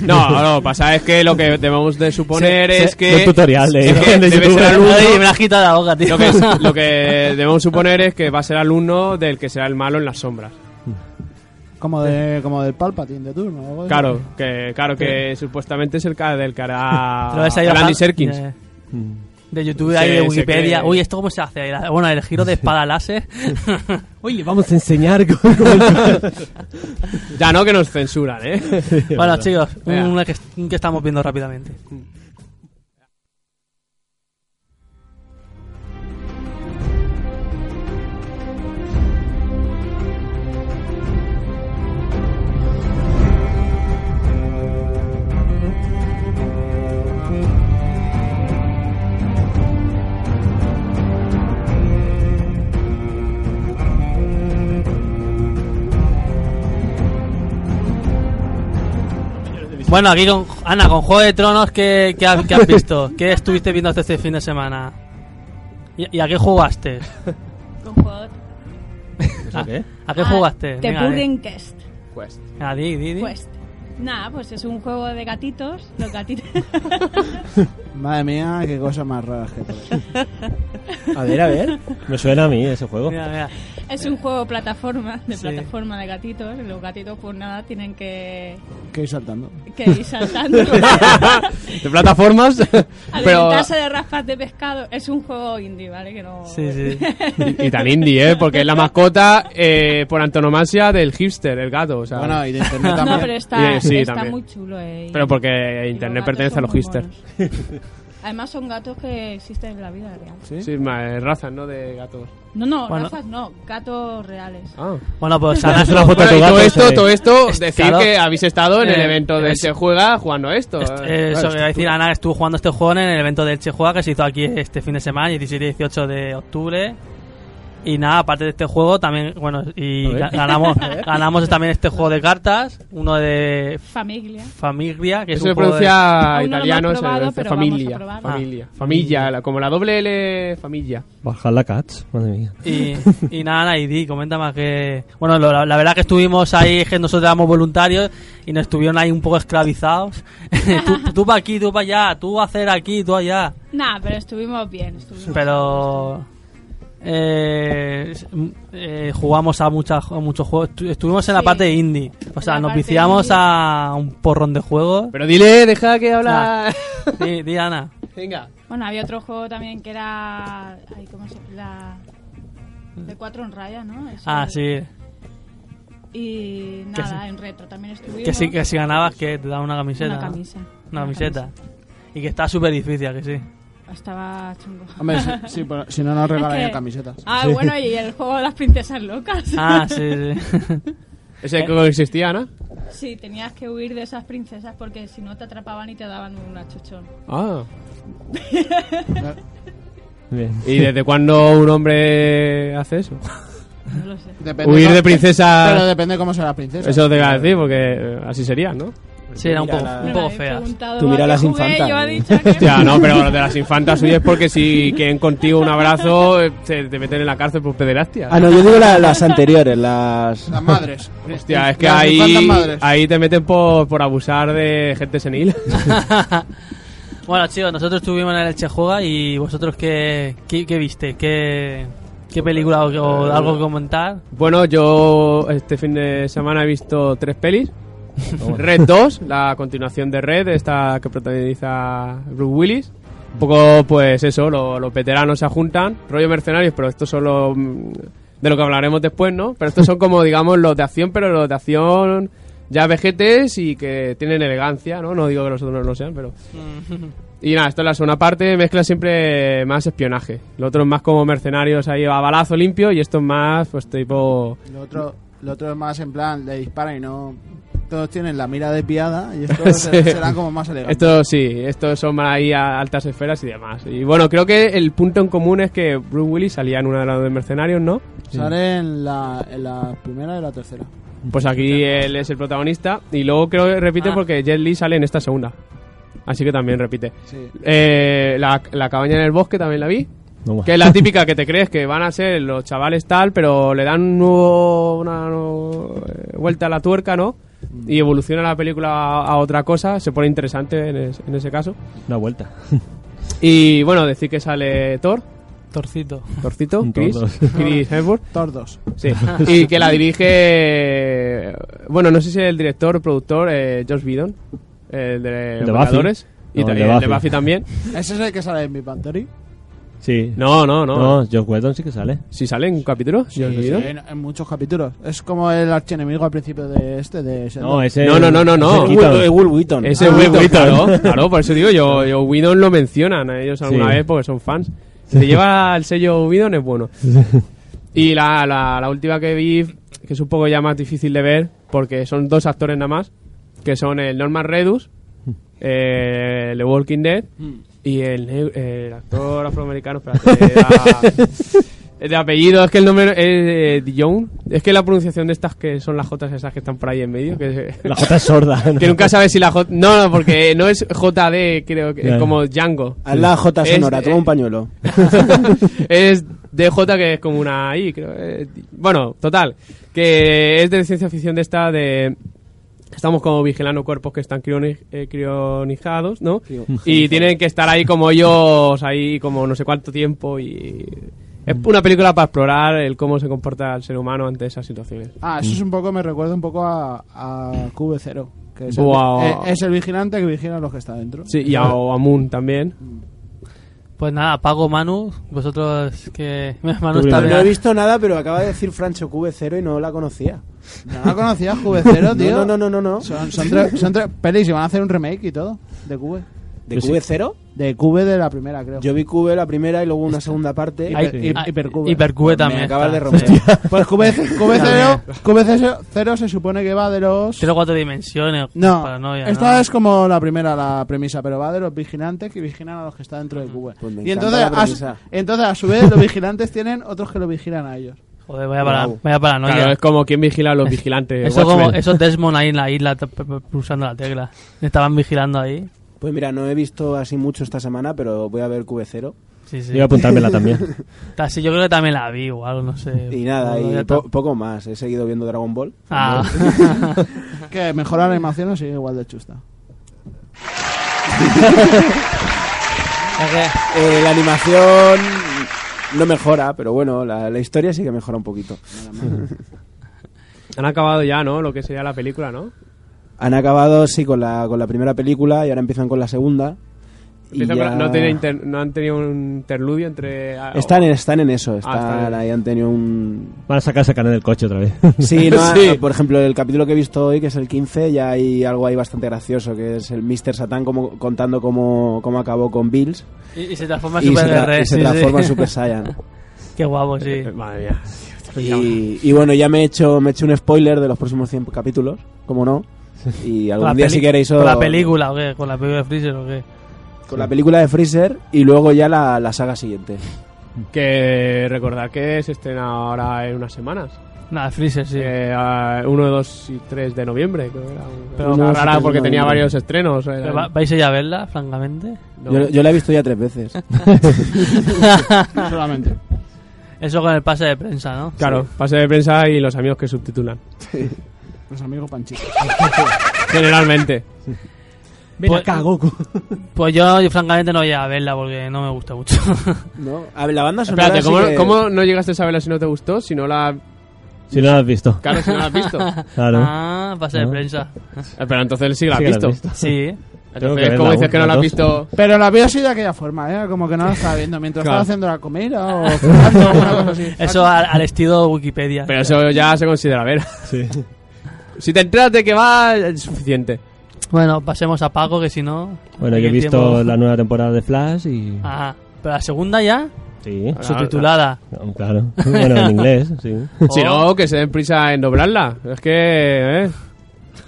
Speaker 3: No, no, pasa es que lo que debemos de suponer
Speaker 6: Se-
Speaker 3: es
Speaker 6: se-
Speaker 3: que...
Speaker 6: Un tutorial
Speaker 3: (laughs)
Speaker 6: de,
Speaker 3: es que
Speaker 6: de
Speaker 3: debe
Speaker 6: YouTube.
Speaker 3: ser alumno-
Speaker 2: Ay, me la has quitado la boca, tío. (laughs)
Speaker 3: lo, que es- lo que debemos suponer es que va a ser alumno del que será el malo en las sombras.
Speaker 5: Como, de, como del Palpatine de turno. o algo así.
Speaker 3: Claro, que claro que supuestamente es el ca- del que hará
Speaker 2: Te lo ves ahí
Speaker 3: el Andy
Speaker 2: bajando-
Speaker 8: Mm.
Speaker 3: Serkins.
Speaker 2: Eh, de YouTube,
Speaker 3: Se-
Speaker 2: ahí de
Speaker 3: se
Speaker 2: Wikipedia.
Speaker 3: cree.
Speaker 2: Uy, ¿esto cómo se hace? Ahí la- Bueno, el giro
Speaker 3: (laughs)
Speaker 2: de espada láser.
Speaker 8: Oye, vamos a enseñar (laughs) cómo...
Speaker 3: Ya no que nos censuran, ¿eh?
Speaker 6: (laughs)
Speaker 3: (laughs)
Speaker 2: bueno, chicos,
Speaker 3: Venga.
Speaker 2: una que, que estamos viendo rápidamente. Bueno, aquí con Ana, con Juego de Tronos, ¿qué, qué has, qué has
Speaker 3: (laughs)
Speaker 2: visto? ¿Qué estuviste viendo hasta este fin de semana? ¿Y, y a qué jugaste?
Speaker 6: Con juego-
Speaker 8: ¿Eso qué?
Speaker 2: ¿A qué
Speaker 6: Ah,
Speaker 2: jugaste?
Speaker 6: The
Speaker 2: Venga, di.
Speaker 6: Pudding Quest. (laughs)
Speaker 3: Pues.
Speaker 2: Venga, di, di, di.
Speaker 6: Quest. Nada, pues es un juego de gatitos. Los
Speaker 2: (laughs)
Speaker 6: gatitos.
Speaker 5: Madre mía, qué cosas más raras que todo.
Speaker 8: A ver, a ver. Me suena a mí ese juego.
Speaker 2: Mira, mira.
Speaker 6: es un juego plataforma, de
Speaker 2: Sí.
Speaker 6: plataforma de gatitos. Los gatitos, por nada, tienen que,
Speaker 5: Que ir saltando.
Speaker 6: que
Speaker 3: (laughs)
Speaker 6: ir saltando.
Speaker 3: de plataformas, pero...
Speaker 6: Alimentarse de raspas de pescado. Es un juego indie, ¿vale? Que no.
Speaker 2: Sí, sí.
Speaker 3: Y, y tan indie, ¿eh? Porque es la mascota eh, por antonomasia del hipster, el gato, o sea...
Speaker 5: Bueno, y de
Speaker 3: (laughs)
Speaker 5: internet
Speaker 6: No,
Speaker 5: también.
Speaker 6: pero está,
Speaker 3: Y- sí,
Speaker 6: está
Speaker 3: también.
Speaker 6: muy chulo, eh. y-
Speaker 3: Pero porque
Speaker 6: y los
Speaker 3: internet
Speaker 6: gatos
Speaker 3: pertenece a
Speaker 6: son
Speaker 3: los
Speaker 6: muy
Speaker 3: hipster.
Speaker 6: monos. Además son gatos que existen en la vida real.
Speaker 5: ¿Sí?
Speaker 3: Sí, ma- razas, ¿no? De gatos.
Speaker 6: No, no,
Speaker 2: Bueno.
Speaker 6: razas no, gatos reales.
Speaker 3: Ah.
Speaker 2: Bueno, pues
Speaker 8: Te
Speaker 2: Ana, este
Speaker 8: haces una foto a
Speaker 3: Bueno,
Speaker 8: tu
Speaker 3: y
Speaker 8: gato.
Speaker 3: todo esto,
Speaker 8: ¿sabes?
Speaker 2: eh.
Speaker 3: todo esto,
Speaker 2: Es
Speaker 3: decir
Speaker 2: claro.
Speaker 3: que habéis estado en el
Speaker 2: Eh,
Speaker 3: evento de
Speaker 2: es-
Speaker 3: Se Juega jugando esto.
Speaker 2: Est-
Speaker 3: eh.
Speaker 2: eh,
Speaker 3: Claro,
Speaker 2: eso que iba a decir,
Speaker 3: tú-
Speaker 2: Ana estuvo jugando este juego en el evento del Che Juega que se hizo aquí este fin de semana, 17 y 18 de octubre. Y nada, aparte de este juego, también, bueno, y
Speaker 8: A ver.
Speaker 2: ga-
Speaker 3: (laughs)
Speaker 2: ganamos, ganamos también este juego de cartas, uno de
Speaker 6: Familia.
Speaker 2: Familia, que es
Speaker 3: Eso
Speaker 2: un
Speaker 3: se
Speaker 2: juego de-
Speaker 3: pronuncia
Speaker 6: Aún no lo
Speaker 3: italiano,
Speaker 6: hemos
Speaker 3: se
Speaker 6: probado,
Speaker 3: pronuncia
Speaker 6: pero vamos a
Speaker 3: familia.
Speaker 6: probarlo.
Speaker 3: Familia. Familia, la- como la doble L, familia.
Speaker 8: Valhalla Cats, madre mía.
Speaker 2: Y, y nada, nada, y di, comenta más que... Bueno, lo- la, la verdad que estuvimos ahí, que nosotros éramos voluntarios y nos estuvieron ahí un poco esclavizados. (laughs) tú tú para aquí, tú para allá, tú hacer aquí, tú allá.
Speaker 6: Nah, pero estuvimos bien. Estuvimos
Speaker 2: Pero... eh, s- m- eh, jugamos a, muchas, a muchos juegos. Estu- Estuvimos en la
Speaker 6: Sí.
Speaker 2: parte indie. O sea,
Speaker 6: la
Speaker 2: nos
Speaker 6: parte
Speaker 2: viciamos
Speaker 6: indie.
Speaker 2: a un porrón de
Speaker 3: (laughs)
Speaker 2: juegos.
Speaker 3: Pero dile, deja que habla.
Speaker 2: Di, di, Ana.
Speaker 3: Venga.
Speaker 6: Bueno, había otro juego también que era. Ay, ¿Cómo se la De cuatro en raya, ¿no? Eso.
Speaker 2: Ah, sí.
Speaker 6: Y
Speaker 2: Que
Speaker 6: nada, en retro también estuvimos.
Speaker 2: Que si, que si ganabas, que te daban una camiseta.
Speaker 6: Una
Speaker 2: ¿no?
Speaker 6: camisa.
Speaker 2: Una camiseta. Y que está súper difícil, ¿a que sí.
Speaker 6: camisa. Estaba chungo. (laughs)
Speaker 5: Hombre, si, si- pero- si no nos regalarían camisetas.
Speaker 6: Ah, bueno, y el juego de las princesas locas. (laughs)
Speaker 2: Ah, sí, (laughs) sí.
Speaker 3: ¿Ese que existía, Ana?
Speaker 6: Sí, tenías que huir de esas princesas porque si no te atrapaban y te daban un achuchón.
Speaker 3: Ah.
Speaker 8: Bien.
Speaker 3: ¿Y desde cuándo un hombre hace eso?
Speaker 6: No
Speaker 2: (laughs)
Speaker 6: lo sé.
Speaker 5: Depende
Speaker 3: Huir
Speaker 5: cómo-
Speaker 3: de princesas-
Speaker 5: Pero depende cómo sea la princesa.
Speaker 3: Eso te iba a decir, porque eh, así sería, ¿no?
Speaker 2: Sí, era un poco,
Speaker 6: Me
Speaker 2: un
Speaker 6: lo
Speaker 2: poco
Speaker 6: habéis
Speaker 2: fea.
Speaker 6: preguntado,
Speaker 9: Tú mira
Speaker 6: ¿a
Speaker 9: las
Speaker 6: qué jugué?
Speaker 9: infantas,
Speaker 6: Yo he
Speaker 9: ¿no? (laughs)
Speaker 6: dicho
Speaker 2: (laughs)
Speaker 6: que-
Speaker 3: Hostia, no, pero lo de las infantas suyas es porque si quieren contigo un abrazo, eh, te, te meten en la cárcel por pederastia.
Speaker 9: Ah, no, yo digo la- las anteriores, las...
Speaker 3: (laughs)
Speaker 5: Las madres.
Speaker 3: Hostia, es que
Speaker 5: Las infantas
Speaker 3: ahí,
Speaker 5: madres.
Speaker 3: ahí te meten por, por abusar de gente senil.
Speaker 2: bueno, chicos, nosotros estuvimos en el Che Juega y vosotros qué, qué, qué viste, qué, qué película o, o algo que comentar.
Speaker 3: bueno, yo este fin de semana he visto tres pelis. Red 2, la continuación de Red, esta que protagoniza Bruce Willis. Un poco, pues eso, lo- los veteranos se juntan, rollo mercenarios, pero estos son los mm, de lo que hablaremos después, ¿no? Pero estos son como, (laughs) digamos, los de acción, pero los de acción ya vejetes y que tienen elegancia, ¿no? No digo que los otros no lo sean, pero... Y nada, esto es la segunda parte, mezcla siempre más espionaje. Lo otro es más como mercenarios ahí a balazo limpio y esto es más, pues tipo...
Speaker 5: Lo otro, lo otro es más en plan, le disparan y no... Todos tienen la mira desviada y esto será,
Speaker 3: Sí.
Speaker 5: será como más elegante.
Speaker 3: Esto sí, estos son más ahí a altas esferas y demás. Y bueno, creo que el punto en común es que Bruce Willis salía en una de las de mercenarios, ¿no?
Speaker 5: Sale en la, en la primera y la tercera.
Speaker 3: Pues aquí él es el protagonista y luego creo que repite
Speaker 2: Ah.
Speaker 3: porque Jet Li sale en esta segunda. Así que también repite.
Speaker 5: Sí.
Speaker 3: Eh, la, la cabaña en el bosque también la vi.
Speaker 8: No, bueno.
Speaker 3: Que es la típica que te crees que van a ser los chavales tal, pero le dan un nuevo- una nuevo, eh, vuelta a la tuerca, ¿no? Y evoluciona la película a, a otra cosa, se pone interesante en, es- en ese caso.
Speaker 8: Una vuelta.
Speaker 3: Y bueno, decir que sale Thor,
Speaker 2: Torcito.
Speaker 3: Torcito,
Speaker 8: Un
Speaker 3: Chris,
Speaker 8: tordos.
Speaker 3: Chris Hemsworth,
Speaker 5: Tordos.
Speaker 3: sí. Y que la dirige, bueno, no sé si el director o productor, eh, Josh Whedon, eh, el de
Speaker 8: de
Speaker 3: Vengadores, y
Speaker 8: Buffy. No, el
Speaker 3: también
Speaker 8: de
Speaker 3: el de
Speaker 8: Buffy.
Speaker 3: Buffy también.
Speaker 5: ¿Ese es el que sale en mi Panteri?
Speaker 6: Sí.
Speaker 3: No, no, no.
Speaker 6: No, John Weldon sí que sale.
Speaker 3: Si sale en un capítulo,
Speaker 5: Sí,
Speaker 3: ¿yo he leído?
Speaker 5: en, en muchos capítulos. Es como el archienemigo al principio de este, de
Speaker 6: No, ese.
Speaker 3: No, no, no, no, no.
Speaker 6: ese Keaton.
Speaker 8: Es Will Wheaton.
Speaker 3: Ese
Speaker 6: Ah,
Speaker 8: (laughs)
Speaker 3: Whedon,
Speaker 6: Whedon.
Speaker 3: claro, claro, por eso digo yo, yo Whedon lo mencionan a ellos alguna
Speaker 6: Sí.
Speaker 3: vez porque son fans. Si te lleva el sello Whedon es
Speaker 6: (laughs)
Speaker 3: bueno. Y la, la, la última que vi, que es un poco ya más difícil de ver, porque son dos actores nada más, que son el Norman Redus, eh, el de Walking Dead, y el, ne- el actor afroamericano, espérate, era-
Speaker 6: (laughs)
Speaker 3: el de apellido, es que el nombre es eh, Dion. Es que la pronunciación de estas que son las Jotas esas que están por ahí en medio, que
Speaker 6: La J
Speaker 8: (laughs)
Speaker 6: es sorda. ¿no?
Speaker 3: que nunca sabes si la J. No, no, porque no es JD, creo que es
Speaker 6: Claro.
Speaker 3: como Django.
Speaker 8: Haz la J
Speaker 3: Es-
Speaker 8: sonora, toma
Speaker 3: eh,
Speaker 8: un pañuelo.
Speaker 3: es DJ, que es como una I, creo. eh, Bueno, total. Que es de ciencia ficción de esta de. Estamos como vigilando cuerpos que están crioni- eh, crionizados, ¿no? Y tienen que estar ahí como ellos, ahí como no sé cuánto tiempo y. Es una película para explorar el cómo se comporta el ser humano ante esas situaciones.
Speaker 5: Ah, eso es un poco, me recuerda un poco a, a QV0. Que es,
Speaker 3: Wow.
Speaker 5: el, eh, es el vigilante que vigila a los que están dentro.
Speaker 3: Sí, y a Amun también.
Speaker 2: Pues nada, pago Manu. Vosotros que. (laughs) Manu
Speaker 6: Tú
Speaker 2: está
Speaker 6: primero.
Speaker 8: No he
Speaker 2: bien.
Speaker 8: visto nada, pero acaba de decir Francho QV0 y no la conocía.
Speaker 5: No la conocía QV0, tío.
Speaker 8: (laughs) No, no, no, no, no.
Speaker 5: Son, son tres, son tres pelis y van a hacer un remake y todo. De QV.
Speaker 8: ¿De
Speaker 6: Yo sí.
Speaker 8: QV0?
Speaker 5: De QV de la primera, creo.
Speaker 8: Yo vi QV la primera y luego una segunda parte.
Speaker 2: Hay-
Speaker 5: Hiper-
Speaker 2: hay-
Speaker 5: hipercube.
Speaker 2: Hipercube también.
Speaker 8: me acabas
Speaker 2: está.
Speaker 8: de romper.
Speaker 5: Pues QV, (laughs) QV0, QV0 se supone que va de los...
Speaker 2: Tres o cuatro dimensiones.
Speaker 5: No,
Speaker 2: paranoia,
Speaker 5: esta
Speaker 2: ¿no?
Speaker 5: es como la primera, la premisa, pero va de los vigilantes que vigilan a los que están dentro de QV.
Speaker 8: Pues me
Speaker 5: y
Speaker 8: encanta
Speaker 5: entonces,
Speaker 8: la
Speaker 5: a
Speaker 8: premisa.
Speaker 5: su- entonces, a su vez, los vigilantes tienen otros que los vigilan a ellos.
Speaker 2: Joder, vaya, para,
Speaker 8: Wow.
Speaker 2: vaya paranoia.
Speaker 3: Claro, es como quien vigila a los vigilantes.
Speaker 2: eso,
Speaker 3: Watchmen.
Speaker 2: como, eso Desmond ahí en la isla t- p- p- pulsando la tecla. Me Estaban vigilando ahí.
Speaker 8: Pues mira, no he visto así mucho esta semana, pero voy a ver QV0.
Speaker 2: Sí, sí.
Speaker 6: Yo voy a apuntármela también.
Speaker 2: Ta- sí, yo creo que también la vi o algo, no sé.
Speaker 8: Y nada,
Speaker 2: Ya
Speaker 8: y
Speaker 2: está.
Speaker 8: po- poco más. He seguido viendo Dragon Ball. (laughs)
Speaker 2: Ah. (laughs)
Speaker 5: Que mejor animación o sigue igual de (laughs) chusta.
Speaker 2: Es que-
Speaker 8: Eh, la animación no mejora, pero bueno, la, la historia sí que mejora un poquito.
Speaker 3: (laughs) Han acabado ya, ¿no? Lo que sería la película, ¿no?
Speaker 8: Han acabado, sí, con la, con la primera película y ahora empiezan con la segunda. Y
Speaker 3: Empieza con-
Speaker 8: ya-
Speaker 3: no, tenía inter- no han tenido un interludio entre... ah,
Speaker 8: Están, en- están en eso, están
Speaker 3: están en-
Speaker 8: ahí, han tenido un...
Speaker 6: Van a sacar esa carne del coche otra vez.
Speaker 8: (laughs) Sí, no,
Speaker 3: (laughs) Sí.
Speaker 8: ah, por ejemplo, el capítulo que he visto hoy, que es el 15, ya hay algo ahí bastante gracioso, que es el Mr. Satan como, contando cómo, cómo acabó con Bills
Speaker 2: y, y se transforma en
Speaker 8: y se,
Speaker 2: Super
Speaker 8: tra-
Speaker 2: R,
Speaker 8: y se
Speaker 2: sí,
Speaker 8: transforma
Speaker 2: sí.
Speaker 3: (laughs)
Speaker 8: en Super Saiyan.
Speaker 2: (laughs) Qué guapo, sí.
Speaker 3: eh, Madre mía.
Speaker 2: Pues
Speaker 8: Y, y bueno, ya me he hecho me he hecho un spoiler de los próximos 100 capítulos, como no.
Speaker 2: Con
Speaker 8: Y
Speaker 2: la
Speaker 8: algún día
Speaker 2: peli-
Speaker 8: si queréis
Speaker 2: ¿Con la
Speaker 8: os-
Speaker 2: película o qué? ¿Con la película de Freezer o qué?
Speaker 8: con la película de Freezer y luego ya la, la saga siguiente.
Speaker 3: Que recordad que se estrena ahora en unas semanas.
Speaker 2: Nada, Freezer, sí.
Speaker 3: Eh, ah, 1, 2 y 3 de noviembre. creo que era.
Speaker 2: Pero-
Speaker 3: Una
Speaker 8: Uno, dos y
Speaker 3: rara
Speaker 8: tres de
Speaker 3: porque tenía
Speaker 8: noviembre.
Speaker 3: varios estrenos. eh,
Speaker 2: Pero va- ¿Vais a ir a verla, francamente?
Speaker 3: no.
Speaker 8: Yo, yo la he visto ya tres veces.
Speaker 5: Solamente.
Speaker 2: Eso con el pase de prensa, ¿no?
Speaker 3: Claro, pase de prensa y los amigos que subtitulan.
Speaker 5: Los amigos panchitos.
Speaker 3: Generalmente.
Speaker 6: Ven
Speaker 2: Pues-
Speaker 6: acá, Goku.
Speaker 2: Pues yo, yo, francamente no voy a verla porque no me gusta
Speaker 8: (laughs)
Speaker 2: mucho.
Speaker 8: ¿no? A ver, la banda sonora
Speaker 3: Espérate,
Speaker 8: sí
Speaker 3: ¿cómo,
Speaker 8: que-
Speaker 3: cómo no llegaste a saberla si no te gustó? Si no la...
Speaker 6: Si no la has visto.
Speaker 3: Claro, si no la has
Speaker 6: (laughs)
Speaker 3: visto.
Speaker 6: Claro.
Speaker 2: Ah, pase de
Speaker 6: Ah.
Speaker 2: prensa.
Speaker 3: Eh, Pero entonces sí la has
Speaker 6: Sí que la has
Speaker 3: visto.
Speaker 6: visto.
Speaker 2: Sí.
Speaker 6: Tengo que
Speaker 3: Entonces,
Speaker 6: ver
Speaker 3: ¿cómo
Speaker 6: la
Speaker 3: dices
Speaker 6: u-
Speaker 3: que no
Speaker 6: la
Speaker 3: la has
Speaker 6: dos.
Speaker 3: visto?
Speaker 5: Pero la veo así de aquella forma, ¿eh? Como que no la estaba viendo mientras
Speaker 3: Claro.
Speaker 5: estaba haciendo la comida (laughs) o fumando, alguna cosa así.
Speaker 2: (laughs) Eso al, al estilo Wikipedia.
Speaker 3: Pero eso ya se considera ver.
Speaker 6: Sí.
Speaker 3: Si te enteras de que va, es suficiente.
Speaker 2: Bueno, pasemos a Paco, que si no...
Speaker 6: Bueno,
Speaker 2: hay
Speaker 6: yo he visto
Speaker 2: tiempo.
Speaker 6: la nueva temporada de Flash y.
Speaker 2: Ajá. Pero la segunda ya,
Speaker 6: Sí.
Speaker 2: subtitulada.
Speaker 6: No, claro. (laughs) Bueno, en inglés, sí.
Speaker 3: Si
Speaker 2: Oh.
Speaker 3: no, que se den prisa en doblarla. Es que, ¿eh?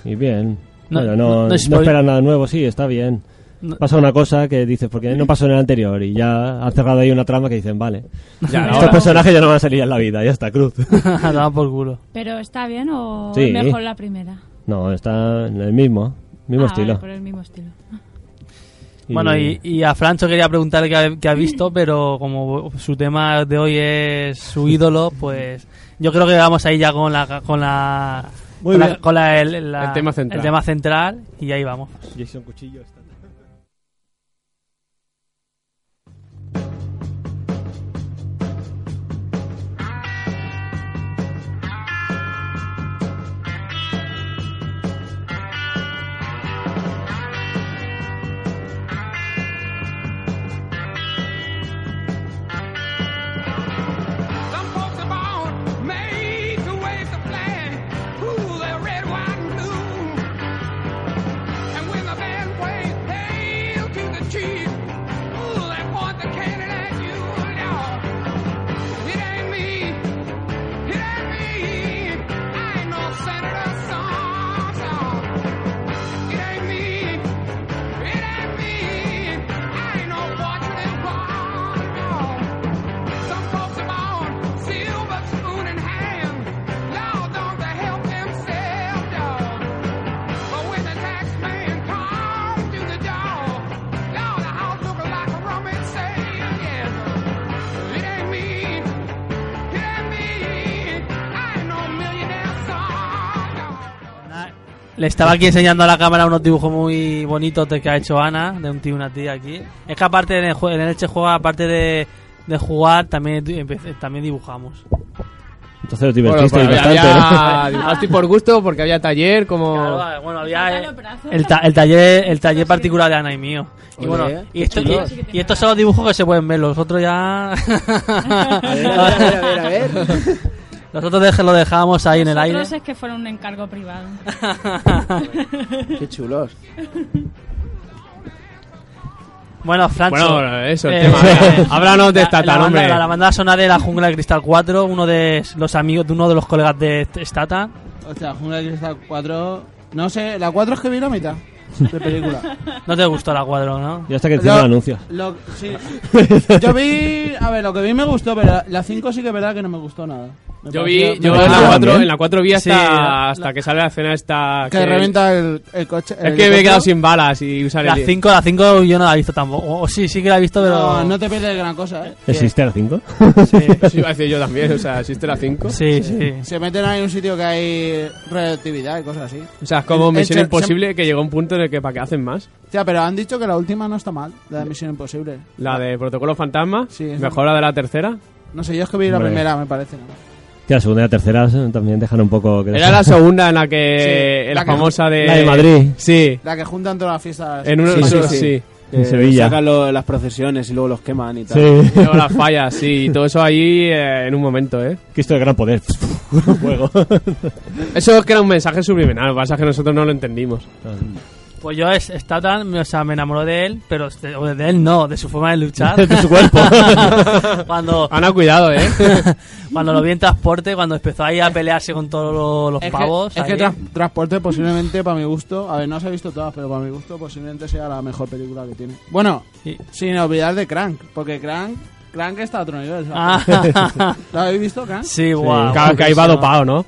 Speaker 6: Y bien.
Speaker 2: No,
Speaker 6: bueno,
Speaker 2: no-
Speaker 6: no,
Speaker 2: no
Speaker 6: no
Speaker 2: spoil-
Speaker 6: esperan nada nuevo, sí, está bien.
Speaker 2: No-
Speaker 6: Pasa una cosa que dices, porque no pasó en el anterior, y ya han cerrado ahí una trama que dicen, vale,
Speaker 3: Ya,
Speaker 6: estos
Speaker 3: ahora.
Speaker 6: personajes ya no van a salir en la vida, ya está, cruz. (laughs)
Speaker 2: (laughs) A tomar por culo.
Speaker 4: Pero está bien o
Speaker 6: Sí.
Speaker 4: es mejor la primera.
Speaker 6: No, está en el mismo, mismo
Speaker 4: Ah,
Speaker 6: estilo.
Speaker 4: vale, por el mismo estilo.
Speaker 2: Bueno, y, y a Francho quería preguntarle qué ha, qué ha visto, pero como su tema de hoy es
Speaker 6: (laughs)
Speaker 2: su ídolo, pues yo creo que vamos ahí ya con la... Con la
Speaker 6: Muy
Speaker 2: con la-
Speaker 6: bien.
Speaker 2: con la- el, la-
Speaker 3: El tema central.
Speaker 2: el tema central y ahí vamos.
Speaker 6: Jason Cuchillo está...
Speaker 2: Le estaba aquí enseñando a la cámara unos dibujos muy bonitos de que ha hecho Ana, de un tío y una tía aquí. Es que aparte en el, jue- en el Elche juega, aparte de, de jugar, también, empe- también dibujamos.
Speaker 6: Entonces os
Speaker 3: Bueno,
Speaker 6: divertisteis
Speaker 3: pues
Speaker 6: bastante, ¿eh?
Speaker 3: había, (laughs) dibujaste por gusto, porque había taller, como...
Speaker 2: Claro, bueno, había eh,
Speaker 4: Los brazos.
Speaker 2: el, ta- el taller, el taller particular de Ana y mío. Y
Speaker 8: Oye,
Speaker 2: bueno, y,
Speaker 8: qué
Speaker 2: esto- y-
Speaker 8: chulos.
Speaker 2: y estos son los dibujos que se pueden ver, los otros
Speaker 8: (laughs)
Speaker 2: ya...
Speaker 8: A ver, a ver, a
Speaker 2: (laughs)
Speaker 8: ver, a ver.
Speaker 2: Nosotros deje- lo dejamos ahí en el aire.
Speaker 4: Nosotros es que fueron un encargo privado.
Speaker 2: (laughs)
Speaker 8: Qué chulos.
Speaker 2: bueno, Francho.
Speaker 3: Bueno, eso, el
Speaker 2: eh,
Speaker 3: tema.
Speaker 2: eh,
Speaker 3: (laughs) Háblanos de
Speaker 2: la-
Speaker 3: esta
Speaker 2: la, banda-
Speaker 3: hombre.
Speaker 2: La banda sonora de la jungla de Cristal 4, uno de los amigos de uno de los colegas de este, Stata.
Speaker 5: Hostia, Jungla de Cristal 4. No sé, la 4 es que vi la mitad de película.
Speaker 2: No te gustó la cuadro,
Speaker 3: (laughs)
Speaker 2: ¿no?
Speaker 6: Y hasta que encima
Speaker 5: Lo-
Speaker 6: lo anuncias.
Speaker 5: Lo- sí. Yo vi. A ver, lo que vi me gustó, pero la 5 sí que es verdad que no me gustó nada. Me
Speaker 3: Yo
Speaker 5: pareció-
Speaker 3: vi, yo
Speaker 5: me
Speaker 3: en, la
Speaker 5: pareció-
Speaker 3: cuatro, en la cuatro vi hasta,
Speaker 2: Sí, la-
Speaker 3: hasta que sale la escena esta...
Speaker 5: Que reventa el, el coche.
Speaker 3: Es que me he quedado sin balas y sale...
Speaker 2: La
Speaker 3: el-
Speaker 2: 5, la 5 yo no la he visto tampoco. O, o sí, sí que la he visto, pero...
Speaker 5: No, no te pierdes gran cosa, eh.
Speaker 6: ¿Existe la 5? (laughs)
Speaker 2: Sí,
Speaker 3: Sí, iba a decir yo también, o sea, existe la 5.
Speaker 2: sí. sí.
Speaker 5: Se meten ahí en un sitio que hay radioactividad y cosas así.
Speaker 3: O sea, es como
Speaker 5: El- el
Speaker 3: Misión
Speaker 5: Cher-
Speaker 3: Imposible que llegó a un punto en el que para qué hacen más.
Speaker 5: Hostia, pero han dicho que la última no está mal, la de Misión Imposible.
Speaker 3: La de Protocolo Fantasma,
Speaker 5: Ah. Sí, es-
Speaker 3: mejor la de la tercera.
Speaker 5: No sé, yo es que vi la
Speaker 6: Hombre.
Speaker 5: primera, me parece. ¿no?
Speaker 6: Ya, la segunda y la tercera eh, también dejan un poco... que
Speaker 3: Era la segunda en la que...
Speaker 5: Sí,
Speaker 3: en
Speaker 5: la
Speaker 3: la
Speaker 5: que-
Speaker 3: famosa de...
Speaker 6: La de Madrid.
Speaker 3: Sí,
Speaker 5: La que juntan todas las fiestas.
Speaker 3: en uno
Speaker 6: Sí,
Speaker 3: sí,
Speaker 6: sí,
Speaker 3: sí.
Speaker 6: sí.
Speaker 8: Eh,
Speaker 6: En Sevilla.
Speaker 8: Sacan lo- las procesiones y luego los queman y tal.
Speaker 6: Sí.
Speaker 3: Luego las fallas, sí, y todo eso ahí eh, en un momento, ¿eh?
Speaker 6: que esto de gran poder. (laughs) Juego.
Speaker 3: (laughs) Eso es que era un mensaje subliminal, lo que pasa es que nosotros no lo entendimos.
Speaker 2: Pues yo es, está tan, o sea, me enamoró de él, pero de, o de él no, de su forma de luchar.
Speaker 6: (laughs) (laughs) De su cuerpo.
Speaker 2: (laughs) cuando,
Speaker 3: Ana, cuidado, ¿eh?
Speaker 2: cuando lo vi en transporte, cuando empezó ahí a pelearse con todos los, los
Speaker 5: Es que,
Speaker 2: pavos.
Speaker 5: es que
Speaker 2: ahí.
Speaker 5: Tras- Transporte posiblemente para mi gusto, a ver, no se ha visto todas, pero para mi gusto posiblemente sea la mejor película que tiene. Bueno,
Speaker 2: Sí.
Speaker 5: sin olvidar de Crank, porque Crank, Crank está a otro nivel. ¿sabes?
Speaker 6: (laughs)
Speaker 2: Ah,
Speaker 5: ¿La habéis visto, Crank?
Speaker 2: sí, guau.
Speaker 3: Claro, que ahí va dopado, ¿no?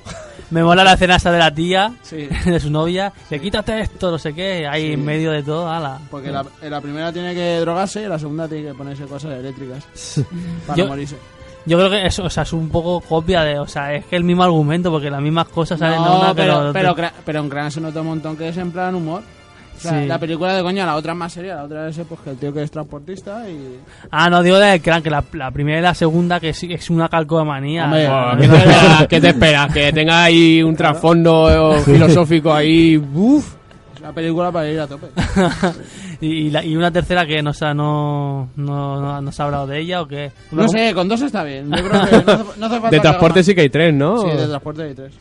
Speaker 2: Me mola la escena esta de la tía, (laughs)
Speaker 5: Sí.
Speaker 2: de su novia, que quítate esto, no sé qué, ahí en medio de todo, ala.
Speaker 5: Porque la, en la primera tiene que drogarse y en la segunda tiene que ponerse cosas eléctricas para
Speaker 2: Yo-
Speaker 5: morirse.
Speaker 2: Yo creo que eso, o sea, es un poco copia de, o sea, es que el mismo argumento, porque las mismas cosas salen de
Speaker 5: No,
Speaker 2: una
Speaker 5: pero,
Speaker 2: que
Speaker 5: pero, Cra- pero en Crank se nota un montón que es en plan humor. O sea,
Speaker 2: Sí.
Speaker 5: la película de coña, la otra es más seria, la otra es pues, que el tío que es transportista y...
Speaker 2: Ah, no, digo de Crank, que la, la primera y la segunda, que sí- es una calcomanía.
Speaker 5: Hombre,
Speaker 3: Buah, ¿Qué te esperas? ¿Qué te esperas? Que tenga ahí un trasfondo eh, filosófico ahí. Uf.
Speaker 5: Es una película para ir a tope.
Speaker 2: (laughs) y, y la- y una tercera que no, sa- no, no, no, no se ha hablado de ella o que...
Speaker 5: No sé, con dos está bien. Yo creo que no hace, no hace
Speaker 3: (laughs)
Speaker 5: falta
Speaker 3: De transporte
Speaker 5: que
Speaker 3: sí que hay tres, ¿no?
Speaker 5: haga más. Sí, de transporte hay tres.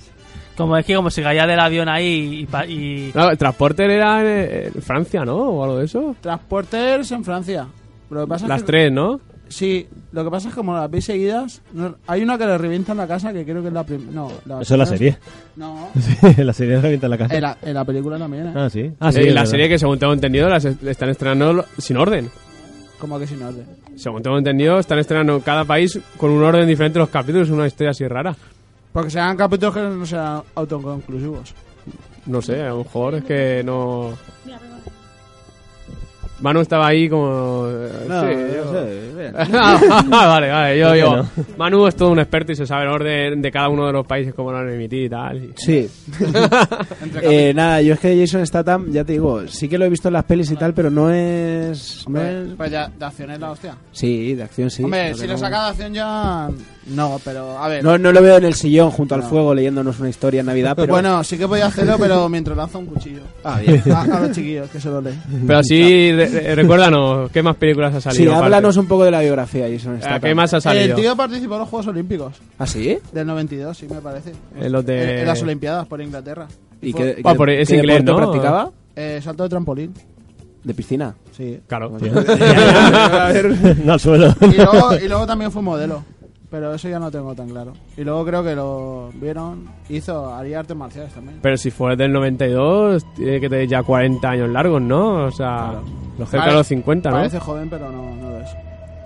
Speaker 2: Como es que como se caía del avión ahí y... pa- y-
Speaker 3: No, el transporte era en, en Francia, ¿no? O algo de eso.
Speaker 5: Transporters en Francia. Lo que pasa
Speaker 3: Las
Speaker 5: es que,
Speaker 3: tres, ¿no?
Speaker 5: Sí, lo que pasa es que como las veis seguidas, no- hay una que le revienta en la casa que creo que es la primera. No, la
Speaker 6: Eso es la serie. (laughs)
Speaker 5: No,
Speaker 6: Sí, la serie de revienta la casa.
Speaker 5: en la, en la película también, ¿eh?
Speaker 6: Ah, sí. Ah, sí.
Speaker 3: Eh,
Speaker 6: es
Speaker 3: la
Speaker 6: verdad.
Speaker 3: serie que, según tengo entendido, las est- están estrenando lo- sin orden.
Speaker 5: Como que sin orden.
Speaker 3: Según tengo entendido, están estrenando en cada país con un orden diferente los capítulos, una historia así rara.
Speaker 5: Porque serán capítulos que no serán autoconclusivos.
Speaker 3: No sé, a lo mejor es que no. Manu estaba ahí como. eh, sí, (laughs) yo- Ah, vale, vale, yo,
Speaker 6: ¿Por qué
Speaker 3: yo.
Speaker 6: no?
Speaker 3: Manu es todo un experto y se sabe el orden de cada uno de los países cómo lo han emitido y tal. y-
Speaker 8: Sí.
Speaker 3: (laughs)
Speaker 8: Eh, nada, yo es que Jason Statham, ya te digo, sí que lo he visto en las pelis y tal, pero no es... no
Speaker 5: Hombre,
Speaker 8: es-
Speaker 5: pues ya, de acción es la hostia.
Speaker 8: Sí, de acción sí.
Speaker 5: Hombre,
Speaker 8: pero
Speaker 5: si
Speaker 8: no-
Speaker 5: le saca de acción ya... No, pero a ver...
Speaker 8: No, no lo veo en el sillón junto al
Speaker 5: No.
Speaker 8: fuego leyéndonos una historia en Navidad, pero...
Speaker 5: Bueno, sí que podía hacerlo, pero mientras lanza un cuchillo.
Speaker 8: Ah, bien.
Speaker 5: A, a los chiquillos, que se lo leen.
Speaker 3: Pero sí, re- re- recuérdanos, ¿qué más películas ha
Speaker 8: Sí,
Speaker 3: salido? aparte?
Speaker 8: háblanos un poco de la biografía de Jason
Speaker 3: Eh,
Speaker 8: Statham.
Speaker 3: ¿Qué más ha
Speaker 5: El
Speaker 3: salido?
Speaker 5: tío participó en los Juegos Olímpicos
Speaker 8: ¿Ah, sí?
Speaker 5: del 92, sí, me parece.
Speaker 3: En Eh, los de-
Speaker 5: En- en las Olimpiadas por Inglaterra.
Speaker 8: ¿Y
Speaker 5: Fue-
Speaker 8: qué,
Speaker 3: Ah, por- es
Speaker 8: qué
Speaker 3: inglés,
Speaker 8: deporte
Speaker 3: ¿no?
Speaker 8: practicaba?
Speaker 5: eh, salto de trampolín,
Speaker 3: (laughs)
Speaker 8: De piscina.
Speaker 5: sí.
Speaker 3: Claro. (laughs)
Speaker 6: no al suelo.
Speaker 5: Y luego, y luego también fue modelo, pero eso ya no tengo tan claro. Y luego creo que lo vieron, hizo, haría artes marciales también.
Speaker 3: Pero si fuera del 92, tiene que tener ya 40 años largos, ¿no? O sea, los cerca de
Speaker 5: Pare-
Speaker 3: los 50, ¿no?
Speaker 5: Parece joven, pero no, no lo es.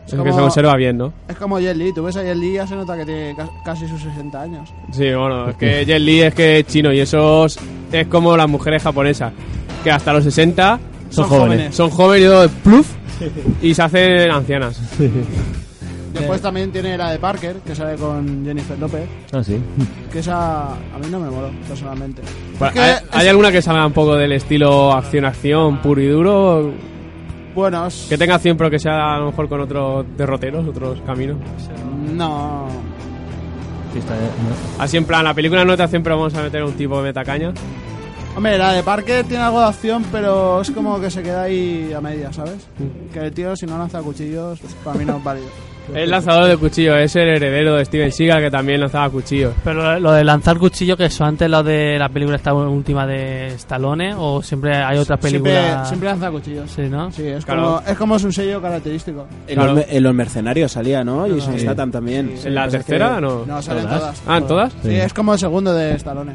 Speaker 3: Es que se conserva bien, ¿no?
Speaker 5: es como Jet Li, tú ves a Jet Li y ya se nota que tiene ca- casi sus 60 años.
Speaker 3: Sí, bueno, es
Speaker 5: (laughs)
Speaker 3: que Jet Li es que es chino y eso es- es como las mujeres japonesas, que hasta los 60
Speaker 6: Son jóvenes.
Speaker 3: son jóvenes, pluf, y se hacen ancianas.
Speaker 5: Después también tiene la de Parker, que sale con Jennifer López,
Speaker 6: Ah, sí.
Speaker 5: que esa a mí no me moló, personalmente.
Speaker 3: Bueno,
Speaker 5: Es que-
Speaker 3: ¿Hay, hay alguna que salga un poco del estilo acción-acción puro y duro?
Speaker 5: Bueno, es-
Speaker 3: Que tenga acción pero que sea a lo mejor con otros derroteros, otros caminos.
Speaker 5: no.
Speaker 6: Sí, está,
Speaker 5: eh.
Speaker 6: ¿no?
Speaker 3: Así en plan, la película no te hacen pero vamos a meter un tipo de metacaña.
Speaker 5: Hombre, la de Parker tiene algo de acción, pero es como que se queda ahí a medias, ¿sabes? Que el tío, si no lanza cuchillos, para mí no es válido.
Speaker 3: El lanzador de cuchillos es el heredero de Steven Seagal que también lanzaba cuchillos.
Speaker 2: Pero lo de lanzar cuchillo, que eso antes lo de la película esta última de Stallone, o siempre hay otra película.
Speaker 5: Siempre, siempre lanza cuchillos.
Speaker 2: Sí, ¿no?
Speaker 5: Sí, es,
Speaker 3: Claro.
Speaker 5: como, es como es un sello característico.
Speaker 8: En,
Speaker 3: Claro.
Speaker 8: los, me- en los mercenarios salía, ¿no? Y Jason Statham también.
Speaker 3: ¿En la
Speaker 8: Pues es que-
Speaker 3: tercera no?
Speaker 5: No, salen
Speaker 6: ¿Todas?
Speaker 5: todas.
Speaker 3: Ah, ¿en todas?
Speaker 5: Sí, es como el segundo de Stallone.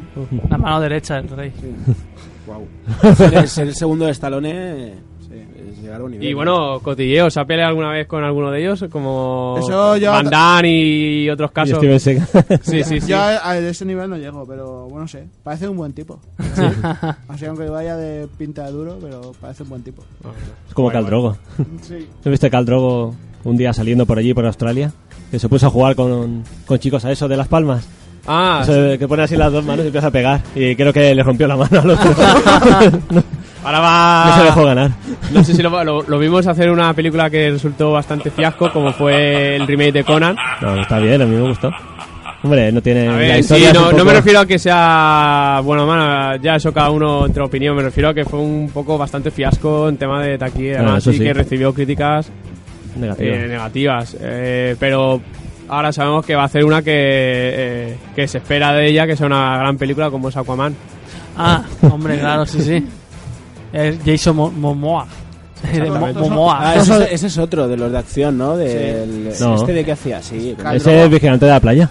Speaker 2: La mano derecha del rey.
Speaker 8: Ser,
Speaker 3: (laughs)
Speaker 8: ser el segundo de Stallone sí, es llegar a un nivel.
Speaker 3: Y bueno, cotilleo, ¿se ha peleado alguna vez con alguno de ellos? Como
Speaker 5: Eso yo-
Speaker 3: Van Damme y otros
Speaker 6: Y
Speaker 3: casos.
Speaker 6: Steven Seagal. (laughs)
Speaker 3: Sí, sí, sí.
Speaker 5: Yo a, a ese nivel no llego, pero bueno, sé. Parece un buen tipo. Así, aunque vaya de pinta de duro, pero parece un buen tipo.
Speaker 6: Es como Cal Drogo.
Speaker 5: Sí.
Speaker 6: ¿No viste a Cal Drogo un día saliendo por allí, por Australia? Que se puso a jugar con, con chicos a eso de las palmas.
Speaker 3: Ah,
Speaker 6: Eso de que pone así las dos manos y empieza a pegar. Y creo que le rompió la mano al otro. (laughs) no,
Speaker 3: ahora va...
Speaker 6: no se dejó ganar.
Speaker 3: No sé si lo, lo- lo vimos hacer una película que resultó bastante fiasco, como fue el remake de Conan.
Speaker 6: No, está bien, a mí me gustó. Hombre, no tiene.
Speaker 3: A
Speaker 6: Eh, la
Speaker 3: ver, sí,
Speaker 6: historia es
Speaker 3: no,
Speaker 6: un
Speaker 3: no me
Speaker 6: poco-
Speaker 3: refiero a que sea. Bueno, mano, ya eso cada uno entre opinión. Me refiero a que fue un poco bastante fiasco en tema de taquilla y
Speaker 6: Ah,
Speaker 3: demás,
Speaker 6: eso
Speaker 3: y
Speaker 6: sí.
Speaker 3: que recibió críticas
Speaker 6: Negativo.
Speaker 3: eh, negativas. Eh, pero ahora sabemos que va a hacer una que, eh, que se espera de ella que sea una gran película como es Aquaman.
Speaker 2: Ah, hombre, claro, sí, sí. Es Jason Mo- Momoa. De Mo-
Speaker 8: Ah,
Speaker 2: Momoa.
Speaker 8: ese, es- ese es otro de los de acción, ¿no? Del-
Speaker 6: Sí. No.
Speaker 8: Este de que hacía, sí. como-
Speaker 5: Cal-
Speaker 6: Ese es vigilante de la playa,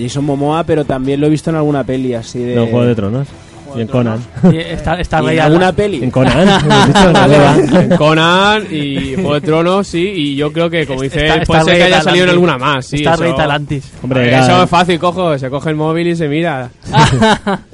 Speaker 8: Jason Momoa, pero también lo he visto en alguna peli así de.
Speaker 6: de un Juego de Tronos. Y en Conan.
Speaker 2: Y Está, está
Speaker 8: ¿Y en
Speaker 2: Rey
Speaker 8: alguna
Speaker 2: Al-
Speaker 8: peli.
Speaker 6: En Conan, ¿Lo has dicho? No,
Speaker 2: (laughs)
Speaker 6: ¿verdad?
Speaker 3: En Conan y Juego de Tronos, sí. Y yo creo que, como dice,
Speaker 2: está-
Speaker 3: él,
Speaker 2: está
Speaker 3: puede ser que
Speaker 2: Rey
Speaker 3: haya salido en
Speaker 2: Atlantis.
Speaker 3: alguna más. Sí,
Speaker 2: está
Speaker 3: eso-
Speaker 2: Rey Talantis. (laughs)
Speaker 6: Hombre,
Speaker 3: Eh,
Speaker 6: era-
Speaker 3: Eso es fácil, cojo. Se coge el móvil y se mira.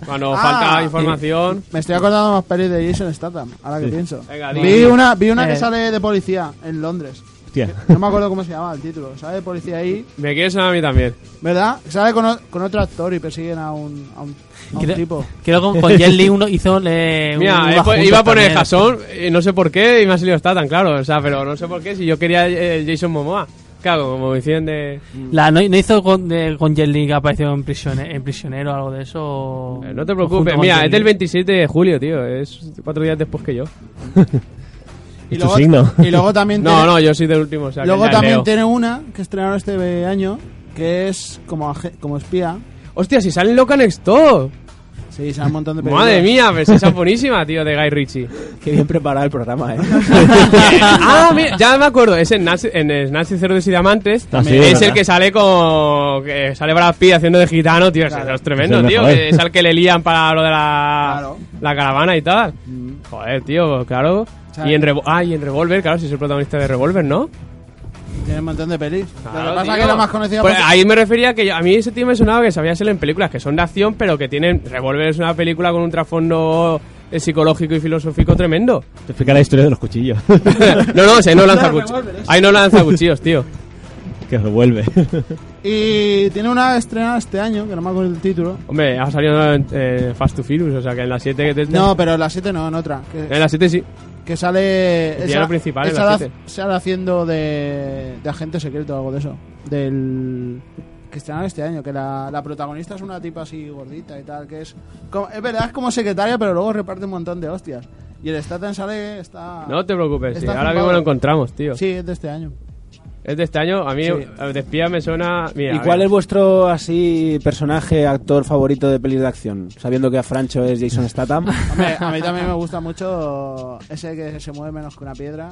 Speaker 3: Cuando falta información.
Speaker 5: Me estoy acordando de más pelis de Jason Statham, ahora que pienso.
Speaker 3: Venga,
Speaker 5: vi
Speaker 3: di.
Speaker 5: una, vi una que
Speaker 2: Eh.
Speaker 5: sale de policía en Londres.
Speaker 6: Hostia.
Speaker 5: No me acuerdo cómo se llamaba el título. Sale de policía ahí,
Speaker 3: Me quieres sonar a mí también.
Speaker 5: ¿verdad? Sale con, o- con otro actor y persiguen a un, a un, a un
Speaker 2: Creo-
Speaker 5: tipo.
Speaker 2: Creo que con, con Jet Li uno hizo. eh,
Speaker 3: Mira,
Speaker 2: una
Speaker 3: eh, pues,
Speaker 2: junta
Speaker 3: iba a poner
Speaker 2: también.
Speaker 3: Jason, eh, no sé por qué, y me ha salido tan claro. O sea, pero no sé por qué, si yo quería el Jason Momoa. Claro, como dicen de...
Speaker 2: La, no, no hizo con, de- con Jet Li que apareció en, prisione- en Prisionero o algo de eso? o-
Speaker 3: Eh, No te
Speaker 2: o junto
Speaker 3: preocupes,
Speaker 2: con
Speaker 3: mira,
Speaker 2: Jet
Speaker 3: es del
Speaker 2: Li?
Speaker 3: 27 de julio, tío. Es cuatro días después que yo.
Speaker 6: ¿Y tu signo?
Speaker 5: (laughs) y luego
Speaker 3: (laughs)
Speaker 5: también
Speaker 3: No,
Speaker 5: tiene,
Speaker 3: no, yo soy del último. O sea, que
Speaker 5: luego
Speaker 3: ya
Speaker 5: también
Speaker 3: leo.
Speaker 5: tiene una que estrenaron este año, que es como, aje- como espía.
Speaker 3: Hostia, si sale Locan Exto.
Speaker 5: Sí, sale un montón de
Speaker 3: (laughs)
Speaker 5: pelis.
Speaker 3: Madre mía, pero si esa es buenísima, tío, de Guy (laughs) Ritchie.
Speaker 8: Qué bien preparado el programa, ¿eh?
Speaker 3: ah, mira, ya me acuerdo, es en Nazi, en Nazi Cerdos y Diamantes.
Speaker 6: Ah, sí,
Speaker 3: es
Speaker 6: ¿verdad?
Speaker 3: el que sale con. que sale Brad Pitt haciendo de gitano, tío. ese Es tremendo,
Speaker 6: Es el
Speaker 3: tío.
Speaker 6: mejor.
Speaker 3: que Es al que le lían para lo de la,
Speaker 5: Claro.
Speaker 3: la caravana y tal. Joder, tío, claro.
Speaker 5: Chale.
Speaker 3: Y en, Revo- ah, y en Revolver, claro, si es el protagonista de Revolver, ¿no?
Speaker 5: Tiene un montón de pelis. Lo
Speaker 3: Claro,
Speaker 5: que pasa es
Speaker 3: tío.
Speaker 5: que la más conocida
Speaker 3: Pues
Speaker 5: por-
Speaker 3: Ahí me refería que yo- a mí ese tío me sonaba que sabía ser en películas que son de acción, pero que tienen. Revolver es una película con un trasfondo eh, psicológico y filosófico tremendo.
Speaker 6: (laughs)
Speaker 3: (laughs)
Speaker 6: Te explica la historia de los cuchillos. (laughs)
Speaker 3: no, no, si no lanza
Speaker 5: Claro,
Speaker 3: cuchillos.
Speaker 5: Revolver, eso.
Speaker 3: Ahí no lanza cuchillos, tío.
Speaker 6: que revuelve.
Speaker 5: Y tiene una estrenada este año, que no me acuerdo el título.
Speaker 3: Hombre, ha salido en eh, Fast to Furious, o sea que en la 7 que te-
Speaker 5: No, pero en la 7 no, en otra.
Speaker 3: En
Speaker 5: Que,
Speaker 3: la 7 sí.
Speaker 5: que sale.
Speaker 3: El villano principal, en
Speaker 5: esa
Speaker 3: la
Speaker 5: la-
Speaker 3: siete.
Speaker 5: sale haciendo de, de agente secreto o algo de eso. Del. Que estrenaron este año. Que la, la protagonista es una tipa así gordita y tal. Que es. como- es verdad, es como secretaria, pero luego reparte un montón de hostias. Y el Statham sale. Está.
Speaker 3: No te preocupes, sí.
Speaker 5: Está
Speaker 3: ahora
Speaker 5: flipado.
Speaker 3: mismo lo encontramos, tío.
Speaker 5: Sí, es de este año.
Speaker 3: Es de este año, a mí
Speaker 5: Sí.
Speaker 3: eh, de espía me suena. Mira,
Speaker 8: ¿Y cuál
Speaker 3: a
Speaker 8: es
Speaker 3: ver.
Speaker 8: vuestro así personaje, actor favorito de pelis de acción? Sabiendo que a Francho es Jason (laughs) Statham.
Speaker 5: Hombre, a mí también me gusta mucho ese que se mueve menos que una piedra.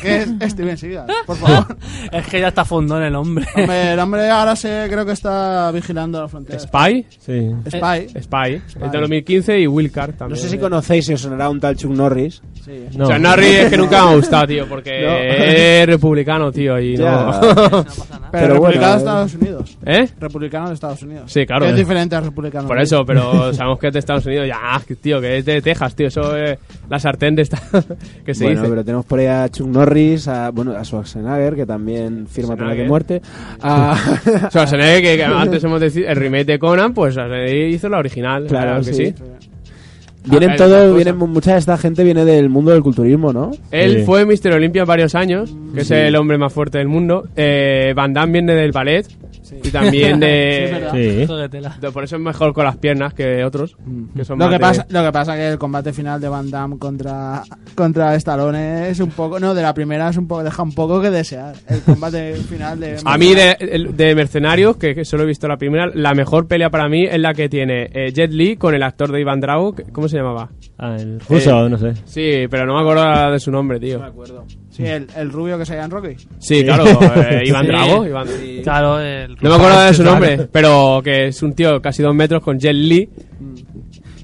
Speaker 5: Que es Steven Seagal, por favor.
Speaker 2: Es que ya está fondón el hombre. (laughs)
Speaker 5: Hombre, el hombre ahora se creo que está vigilando la frontera.
Speaker 3: Spy?
Speaker 6: Sí.
Speaker 5: Spy.
Speaker 3: Spy. El de 2015 y Will Carr también.
Speaker 8: No sé si conocéis si os sonará un tal Chuck Norris.
Speaker 5: Sí.
Speaker 6: No.
Speaker 3: O sea, Narry es que nunca me ha gustado, tío, porque es republicano, tío, y ya.
Speaker 8: (laughs)
Speaker 2: No pasa nada.
Speaker 5: Pero,
Speaker 8: Pero bueno,
Speaker 5: republicano de
Speaker 8: eh.
Speaker 5: Estados Unidos.
Speaker 3: (laughs) ¿Eh?
Speaker 5: Republicano de Estados Unidos.
Speaker 3: Sí, claro. eh.
Speaker 5: Es diferente a republicano.
Speaker 3: Por eso, pero sabemos que es de Estados Unidos. Ya, tío, que es de Texas, tío. Eso es la sartén de esta (laughs) que se
Speaker 8: bueno,
Speaker 3: dice.
Speaker 8: pero tenemos por ahí a Chuck Norris, a, bueno, a Schwarzenegger, que también firma pena de
Speaker 3: Schwarzenegger.
Speaker 8: muerte. Ah, (laughs) A,
Speaker 3: Schwarzenegger, que, que antes hemos decidido el remake de Conan, pues Schwarzenegger hizo la original.
Speaker 8: Claro,
Speaker 3: Claro, que
Speaker 8: sí.
Speaker 3: sí.
Speaker 8: vienen
Speaker 3: Ah, otra
Speaker 8: todos,
Speaker 3: cosa.
Speaker 8: vienen mucha de esta gente viene del mundo del culturismo, ¿no?
Speaker 3: Él
Speaker 6: Sí.
Speaker 3: fue Mr. Olympia varios años, que es
Speaker 8: Sí.
Speaker 3: el hombre más fuerte del mundo. Eh, Van Damme viene del ballet y también
Speaker 5: es
Speaker 3: de...
Speaker 5: verdad.
Speaker 6: Sí.
Speaker 2: Jódetela.
Speaker 3: de- por eso es mejor con las piernas que otros. Que son
Speaker 5: Lo
Speaker 3: más
Speaker 5: que,
Speaker 3: de-
Speaker 5: pasa, lo que pasa que el combate final de Van Damme contra, contra Stallone es un poco... No, de la primera es un poco, deja un poco que desear. El combate (laughs) final de...
Speaker 3: A mí de, el- de Mercenarios, que, que solo he visto la primera, la mejor pelea para mí es la que tiene eh, Jet Li con el actor de Iván Drago. que- ¿Cómo se llamaba?
Speaker 6: Ah, el ruso, no sé.
Speaker 3: Sí, pero no me acuerdo ahora de su nombre, tío.
Speaker 5: Sí, el, el rubio que se llama Rocky.
Speaker 3: Sí, claro, eh, Iván Drago. Iván-
Speaker 2: Claro, el
Speaker 3: No me acuerdo de su nombre, pero que es un tío casi dos metros con Jet Li.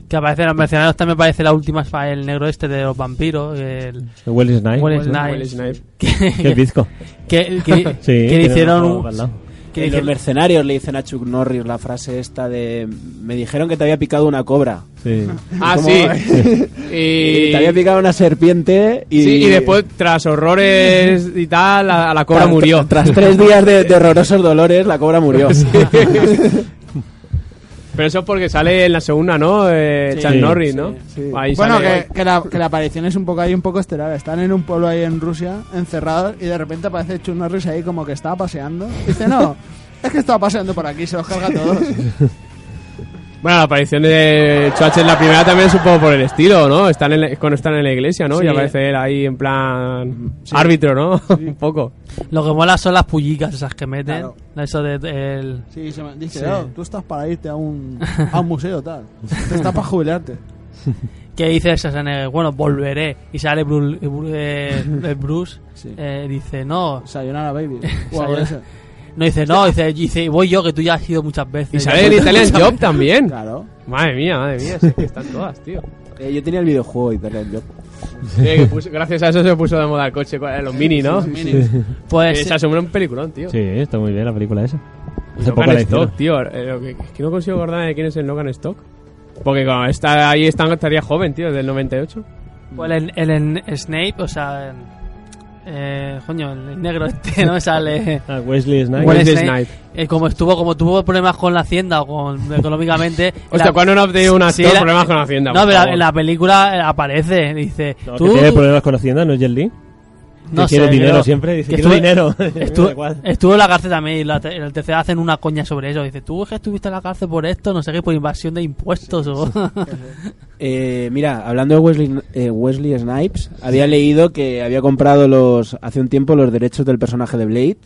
Speaker 2: Que aparece en los mercenarios también aparece la última espada, el negro este de los vampiros, el
Speaker 6: El Wesley Snipes.
Speaker 2: Wesley
Speaker 3: Wesley
Speaker 2: Snipes.
Speaker 3: Snipes.
Speaker 6: Qué
Speaker 2: Que,
Speaker 6: bizco.
Speaker 2: que, que-
Speaker 6: (laughs) Sí.
Speaker 2: que
Speaker 6: tiene
Speaker 2: le hicieron
Speaker 6: uno
Speaker 2: un-
Speaker 6: al lado.
Speaker 2: que le
Speaker 8: En los
Speaker 2: hicieron-
Speaker 8: mercenarios le dicen a Chuck Norris la frase esta de me dijeron que te había picado una cobra.
Speaker 6: Sí.
Speaker 3: Ah,
Speaker 8: ¿Cómo?
Speaker 3: sí.
Speaker 8: Y
Speaker 3: Y,
Speaker 8: te había picado una serpiente y,
Speaker 3: sí, y después, tras horrores y tal, a, a la cobra
Speaker 8: Tras-
Speaker 3: murió.
Speaker 8: Tras tres días de,
Speaker 6: (laughs)
Speaker 8: de horrorosos dolores, la cobra
Speaker 3: (laughs)
Speaker 8: murió. (laughs)
Speaker 3: Pero eso es porque sale en la segunda, ¿no? Eh, Chuck
Speaker 6: Sí,
Speaker 3: Norris, ¿no?
Speaker 8: sí.
Speaker 3: Ahí
Speaker 5: Bueno,
Speaker 3: sale-
Speaker 5: que, que la, que la aparición es un poco ahí, un poco estelar. Están en un pueblo ahí en Rusia, encerrados, y de repente aparece Chuck Norris ahí como que estaba paseando. Y dice, no, es que estaba paseando por aquí, se los carga a todos.
Speaker 3: Bueno, la aparición de Chuache en la primera también es un poco por el estilo, ¿no? Están en la- es cuando están en la iglesia, ¿no?
Speaker 2: Sí.
Speaker 3: Y aparece él ahí en plan árbitro, ¿no? (laughs) un poco.
Speaker 2: Lo que mola son las pullicas esas que meten.
Speaker 5: Claro.
Speaker 2: Eso de el,
Speaker 5: Sí, se me dice,
Speaker 2: Sí.
Speaker 5: "Oh, tú estás para irte a un,
Speaker 8: Ah,
Speaker 5: a un museo tal. Tú estás para jubilarte.
Speaker 2: que dice Schwarzenegger, bueno, volveré. Y sale Bru- Bru- eh,
Speaker 3: (laughs)
Speaker 2: el Bruce,
Speaker 5: Sí.
Speaker 2: eh, dice, no,
Speaker 5: (laughs) Sayonara, baby. O algo de eso.
Speaker 2: no dice, no, dice, dice, voy yo que tú ya has ido muchas veces. Pues,
Speaker 3: Y sale en Italian Job también.
Speaker 5: Claro.
Speaker 3: Madre mía, madre mía, sí que están todas, tío.
Speaker 8: Eh, yo tenía el videojuego y tal, yo-
Speaker 3: Sí, que puso- gracias a eso se puso de moda el coche, eh, los mini, ¿no?
Speaker 2: Pues
Speaker 3: Eh, Se asombró un peliculón, tío.
Speaker 6: Sí, está muy bien la película esa.
Speaker 3: Y
Speaker 6: Hace poco
Speaker 3: Logan
Speaker 6: la hicieron.
Speaker 3: Stock, tío. eh, lo que, es que no consigo acordar de quién es el Logan Stock. Porque cuando está ahí están, estaría joven, tío, del 98.
Speaker 2: Pues el, el, en- Snape, o sea, el- eh, coño, el negro este, ¿no?
Speaker 3: (laughs)
Speaker 2: Sale.
Speaker 6: Ah, Wesley Snipes.
Speaker 3: Wesley
Speaker 2: Wesley
Speaker 3: Snipes.
Speaker 2: eh, como estuvo, como tuvo problemas con la hacienda o con económicamente.
Speaker 3: (laughs) Hostia,
Speaker 2: la-
Speaker 3: ¿cuándo no ha tenido un
Speaker 2: Sí,
Speaker 3: actor
Speaker 2: la-
Speaker 3: problemas con Hacienda?
Speaker 2: No,
Speaker 3: por
Speaker 2: pero
Speaker 3: favor?
Speaker 2: en la película eh, aparece, dice,
Speaker 6: No,
Speaker 2: tú
Speaker 6: que tiene problemas con la hacienda, ¿no es Jet Li?
Speaker 2: no
Speaker 6: que quiere
Speaker 2: sé,
Speaker 6: dinero
Speaker 2: creo-
Speaker 6: siempre. Dice,
Speaker 2: que estuve-
Speaker 6: quiero dinero.
Speaker 2: (laughs)
Speaker 8: (laughs)
Speaker 2: Estuvo,
Speaker 6: Da igual.
Speaker 2: estuvo en la cárcel también y la te- en el TCA hacen una coña sobre eso. Dice, tú es que estuviste en la cárcel por esto, no sé qué, por invasión de impuestos o...
Speaker 6: (laughs)
Speaker 8: Eh, mira, hablando de Wesley, eh, Wesley Snipes, había leído que había comprado los hace un tiempo los derechos del personaje de Blade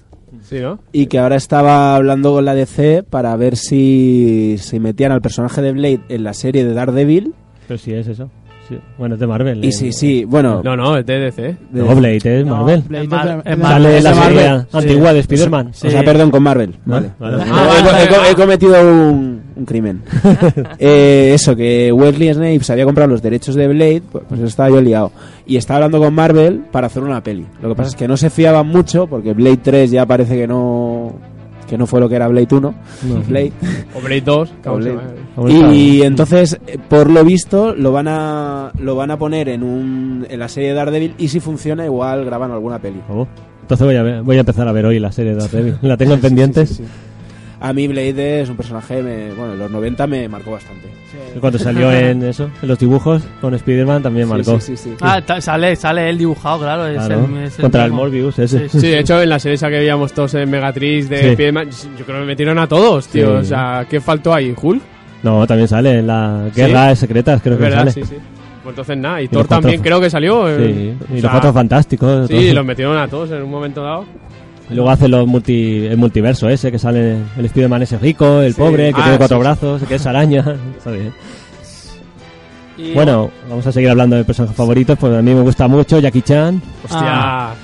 Speaker 3: Sí, ¿no?
Speaker 8: y que ahora estaba hablando con la DC para ver si, si metían al personaje de Blade en la serie de Daredevil.
Speaker 6: Pero sí es eso. Sí. Bueno, es de Marvel.
Speaker 8: Y
Speaker 6: eh.
Speaker 8: sí, sí, bueno,
Speaker 3: No, no, es TDC.
Speaker 8: de-
Speaker 6: No, Blade es
Speaker 2: (laughs)
Speaker 5: No,
Speaker 6: Marvel.
Speaker 5: Blade
Speaker 2: Es Mar-
Speaker 5: es de-
Speaker 2: es
Speaker 5: de-
Speaker 2: Marvel.
Speaker 6: Sale
Speaker 2: es
Speaker 6: la
Speaker 2: de
Speaker 6: serie
Speaker 2: Marvel, sí.
Speaker 6: antigua de Spider-Man.
Speaker 2: Sí.
Speaker 8: o sea, perdón, con Marvel.
Speaker 6: Ah, Vale,
Speaker 8: Vale.
Speaker 6: vale.
Speaker 8: He- he, co- he cometido un, un
Speaker 6: (laughs)
Speaker 8: crimen. Eh, eso, que Wesley Snipes había comprado los derechos de Blade, pues, pues estaba yo liado. Y estaba hablando con Marvel para hacer una peli. Lo que pasa es que no se fiaban mucho, porque Blade 3 ya parece que no que no fue lo que era Blade 1.
Speaker 6: (laughs)
Speaker 8: Blade.
Speaker 3: O Blade 2. que aún se
Speaker 8: Blade.
Speaker 3: llama.
Speaker 6: Hombre,
Speaker 8: Y entonces, eh, por lo visto, lo van a lo van a poner en, un, en la serie de Daredevil y si funciona, igual graban alguna peli.
Speaker 6: claro. Oh. Entonces voy a, ver- voy a empezar a ver hoy la serie de Daredevil. La tengo en pendientes.
Speaker 8: A mí Blade es un personaje, me- bueno, en los 90 me marcó bastante.
Speaker 6: Cuando salió en eso, en los dibujos con Spider-Man también
Speaker 8: Sí,
Speaker 6: marcó.
Speaker 8: sí, sí, sí.
Speaker 2: Ah, ta- sale, sale él dibujado, claro. es
Speaker 6: Claro.
Speaker 2: el- es el
Speaker 6: Contra el
Speaker 2: mismo.
Speaker 6: Morbius, ese.
Speaker 2: Sí,
Speaker 3: Sí, de
Speaker 6: (laughs)
Speaker 3: hecho, en la serie esa que veíamos todos en Megatrix de
Speaker 6: Sí.
Speaker 3: Spiderman, yo creo que metieron a todos, tío.
Speaker 6: Sí.
Speaker 3: O sea, ¿qué faltó ahí? ¿Hulk?
Speaker 6: No, también sale en la Guerra de Secretas, creo
Speaker 3: Es
Speaker 6: que
Speaker 3: verdad,
Speaker 6: sale.
Speaker 3: sí, sí. Pues entonces nada, y,
Speaker 6: los
Speaker 3: Thor también
Speaker 6: cuatro-
Speaker 3: creo que salió.
Speaker 6: Sí,
Speaker 3: eh.
Speaker 6: y
Speaker 3: O
Speaker 6: los
Speaker 3: sea,
Speaker 6: cuatro fantásticos.
Speaker 3: Sí,
Speaker 6: todo.
Speaker 3: los metieron a todos en un momento dado.
Speaker 6: Y luego hace los multi, el multiverso ese, que sale el Spider-Man ese rico, el pobre, que
Speaker 3: Ah,
Speaker 6: tiene cuatro
Speaker 3: sí, sí.
Speaker 6: brazos, que es araña. Está bien.
Speaker 2: Y-
Speaker 6: Bueno, vamos a seguir hablando de personajes favoritos, pues a mí me gusta mucho Jackie Chan.
Speaker 3: Hostia.
Speaker 2: Ah.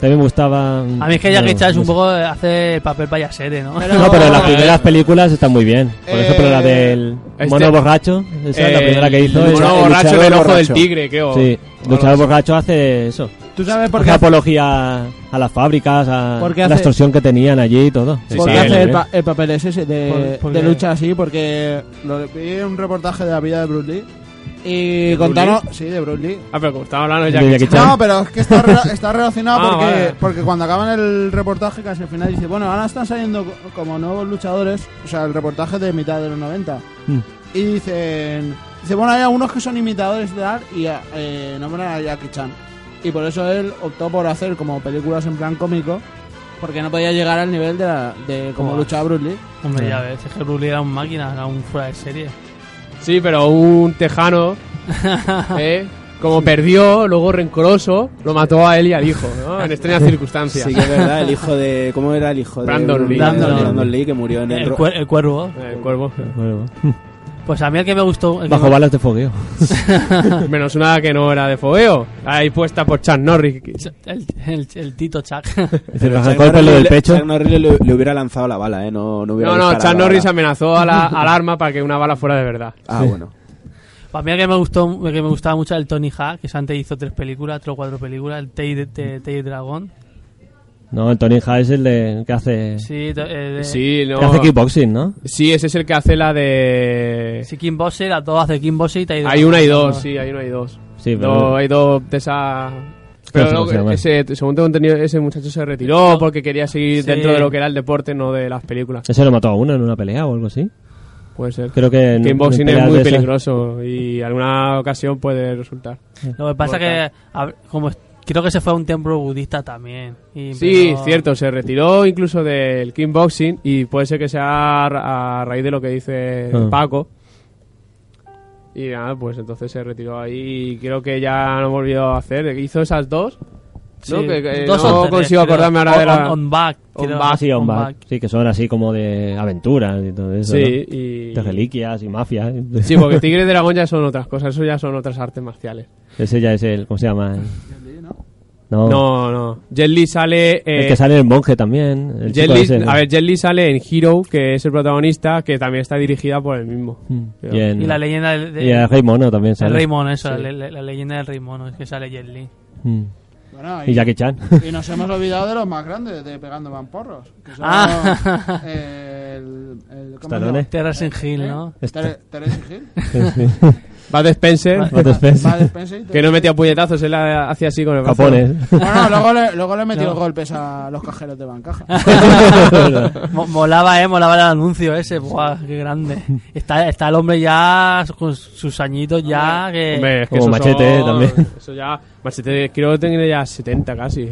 Speaker 6: También me gustaba...
Speaker 2: A mí es que ya que
Speaker 6: bueno,
Speaker 2: echas
Speaker 6: no
Speaker 2: un
Speaker 6: sé.
Speaker 2: poco eh, hace el papel payasete,
Speaker 6: (laughs)
Speaker 2: ¿no?
Speaker 6: No, pero las primeras películas están muy bien. Por
Speaker 5: Eh,
Speaker 6: ejemplo, la del
Speaker 3: este-
Speaker 6: mono borracho, esa es la
Speaker 3: Eh,
Speaker 6: primera que hizo.
Speaker 3: El
Speaker 6: es-
Speaker 3: mono
Speaker 8: el
Speaker 3: borracho
Speaker 8: luchador
Speaker 3: del ojo del
Speaker 8: borracho.
Speaker 3: tigre, creo.
Speaker 6: Sí,
Speaker 3: O
Speaker 6: Luchador
Speaker 3: algo así.
Speaker 6: Borracho hace eso.
Speaker 5: ¿Tú sabes por
Speaker 6: Hace
Speaker 5: qué hace,
Speaker 6: apología a las fábricas, a
Speaker 5: Porque
Speaker 6: la
Speaker 5: hace-
Speaker 6: extorsión que tenían allí y todo.
Speaker 3: Sí,
Speaker 5: por qué
Speaker 3: Ah, sí,
Speaker 5: hace
Speaker 3: lo
Speaker 5: el,
Speaker 3: vi.
Speaker 5: pa- el papel ese ese de,
Speaker 2: Por- porque-
Speaker 5: de lucha así? Porque lo vi en un reportaje de la vida de Bruce Lee. Y
Speaker 3: ¿De
Speaker 5: contaron.
Speaker 3: Bruce
Speaker 5: Sí, de Bruce Lee.
Speaker 3: Ah, pero como estaba hablando de
Speaker 6: De
Speaker 3: Jackie
Speaker 6: Jackie
Speaker 3: Chan.
Speaker 6: Chan. (laughs)
Speaker 5: No, pero es que está, rela- está relacionado
Speaker 3: Ah,
Speaker 5: porque,
Speaker 3: vale.
Speaker 5: porque cuando acaban el reportaje, casi al final dice, bueno, ahora están saliendo co- como nuevos luchadores, o sea, el reportaje de mitad de los 90.
Speaker 6: Mm.
Speaker 5: Y dicen, dice, bueno, hay algunos que son imitadores de tal y eh, nombran a Jackie Chan. Y por eso él optó por hacer como películas en plan cómico, porque no podía llegar al nivel de, la- de como
Speaker 2: Buah.
Speaker 5: luchaba Bruce Lee.
Speaker 2: Hombre, ya ves, es que Bruce Lee era un máquina, era un fuera de
Speaker 6: (laughs)
Speaker 2: serie.
Speaker 3: Sí, pero un tejano, ¿eh? como perdió, luego rencoroso, lo mató a él y al hijo, ¿no? En extrañas circunstancias.
Speaker 8: Sí que es verdad, el hijo de... ¿Cómo era el hijo de...
Speaker 3: Brandon Lee.
Speaker 8: Brandon,
Speaker 2: Brandon
Speaker 8: Brandon Lee, que murió en el...
Speaker 2: El,
Speaker 8: ro-
Speaker 2: cuer- el cuervo.
Speaker 3: El Eh, cuervo.
Speaker 6: Bueno,
Speaker 2: Pues a mí el que me gustó. el que
Speaker 6: Bajo
Speaker 2: me-
Speaker 6: balas de fogueo.
Speaker 3: Menos una que no era de fogueo. Ahí puesta por Chan Norris.
Speaker 2: (laughs) El, el- el Tito Chuck. (laughs) Pues
Speaker 6: Es decir,
Speaker 8: Pero
Speaker 6: arrancó
Speaker 8: Chuck
Speaker 6: el pelo
Speaker 8: Norris
Speaker 6: del
Speaker 8: le-
Speaker 6: pecho.
Speaker 8: Chuck Norris le, le hubiera lanzado la bala, ¿eh? No, no hubiera
Speaker 3: No, no,
Speaker 8: disparado
Speaker 3: Chan
Speaker 8: la
Speaker 3: Norris
Speaker 8: bala.
Speaker 3: amenazó a la, al arma para que una bala fuera de verdad.
Speaker 8: Ah, bueno.
Speaker 2: Para mí el que me gustó, el que me gustaba mucho era el Tony Hawk, que antes hizo tres películas, tres o cuatro películas, el Tay de- de- Tay Dragón.
Speaker 6: No, el Tony Hawk es el de, que hace,
Speaker 2: Sí, to- eh, de-
Speaker 3: Sí,
Speaker 6: que
Speaker 3: no.
Speaker 6: hace kickboxing, ¿no?
Speaker 3: Sí, ese es el que hace la de.
Speaker 2: sí Kim Bossy, a todos hace Kim Bossy y Tay
Speaker 3: Hay una y dos, sí, hay una y dos.
Speaker 6: Sí,
Speaker 3: No,
Speaker 6: pero-
Speaker 3: hay dos de esa.
Speaker 6: Pero
Speaker 3: Pero
Speaker 6: sí,
Speaker 3: luego
Speaker 6: sí, bueno.
Speaker 3: ese, según tengo entendido, ese muchacho se retiró porque quería seguir
Speaker 2: Sí.
Speaker 3: dentro de lo que era el deporte, no de las películas.
Speaker 6: Ese lo mató a uno en una pelea o algo así.
Speaker 3: Puede ser.
Speaker 6: Creo que en-
Speaker 3: Que
Speaker 6: en
Speaker 3: inboxing es
Speaker 6: peleas
Speaker 3: muy
Speaker 6: de esas-
Speaker 3: peligroso y alguna ocasión puede resultar.
Speaker 2: Lo que pasa que, a- como es- creo que se fue a un templo budista también. y
Speaker 3: Sí,
Speaker 2: empezó-
Speaker 3: cierto, se retiró incluso del kickboxing y puede ser que sea a ra- a raíz de lo que dice
Speaker 6: Ah.
Speaker 3: Paco. Y nada, pues entonces se retiró ahí y creo que ya no volvió a hacer. Hizo esas dos. ¿no? Que- que no
Speaker 2: o tres,
Speaker 3: consigo
Speaker 2: creo.
Speaker 3: acordarme ahora
Speaker 2: O-
Speaker 3: de la-
Speaker 2: On, on back.
Speaker 3: On
Speaker 2: creo.
Speaker 3: back,
Speaker 6: sí, on back. Sí, que son así como de aventuras y todo eso.
Speaker 3: Sí,
Speaker 6: ¿no?
Speaker 3: y...
Speaker 6: De reliquias y mafias.
Speaker 3: Sí, porque Tigre y Dragón ya son otras cosas, eso ya son otras artes marciales.
Speaker 6: (laughs) Ese ya es el. ¿Cómo se llama? No.
Speaker 3: No, no. Jet Li sale... eh,
Speaker 6: Oh. El que sale el monje también. El
Speaker 3: Jet
Speaker 6: chico
Speaker 3: Li-
Speaker 6: ese, ¿no?
Speaker 3: a ver, Jet Li sale en Hero, que es el protagonista, que también está dirigida por el mismo.
Speaker 6: Mm, Y, en-
Speaker 2: Y la leyenda del de-
Speaker 6: y el Rey Mono también
Speaker 2: el
Speaker 6: sale.
Speaker 2: Rey Mono, eso,
Speaker 3: Sí.
Speaker 2: la, la- la leyenda del Rey Mono, es que sale Jet Li.
Speaker 6: Mm.
Speaker 5: Bueno,
Speaker 6: Y
Speaker 2: (laughs)
Speaker 6: Jackie Chan.
Speaker 5: y nos hemos olvidado de los más grandes, de Pegando Vamporros. Que son eh,
Speaker 2: Ah.
Speaker 5: el, el, ¿cómo se llama?
Speaker 6: Stallone.
Speaker 2: Terrence
Speaker 6: ¿Eh?
Speaker 2: Hill,
Speaker 6: (laughs)
Speaker 2: ¿no?
Speaker 3: Este.
Speaker 5: Tere- Terence Hill.
Speaker 3: (laughs) Bud Spencer,
Speaker 6: Bud Spencer.
Speaker 5: Bud Spencer y
Speaker 3: que no metía puñetazos, él la- hacía así con el brazo.
Speaker 6: Capones.
Speaker 3: (laughs)
Speaker 5: Bueno, luego le, luego le he metido golpes a los cajeros de bancaja.
Speaker 2: (laughs) Mo- molaba, eh, molaba el anuncio ese, buah, qué grande. Está, está el hombre ya con sus añitos ya que
Speaker 3: Hombre, es que
Speaker 6: Como
Speaker 3: eso
Speaker 6: Machete,
Speaker 3: son-
Speaker 6: también.
Speaker 3: Eso ya... Machete creo que tenía ya 70 casi.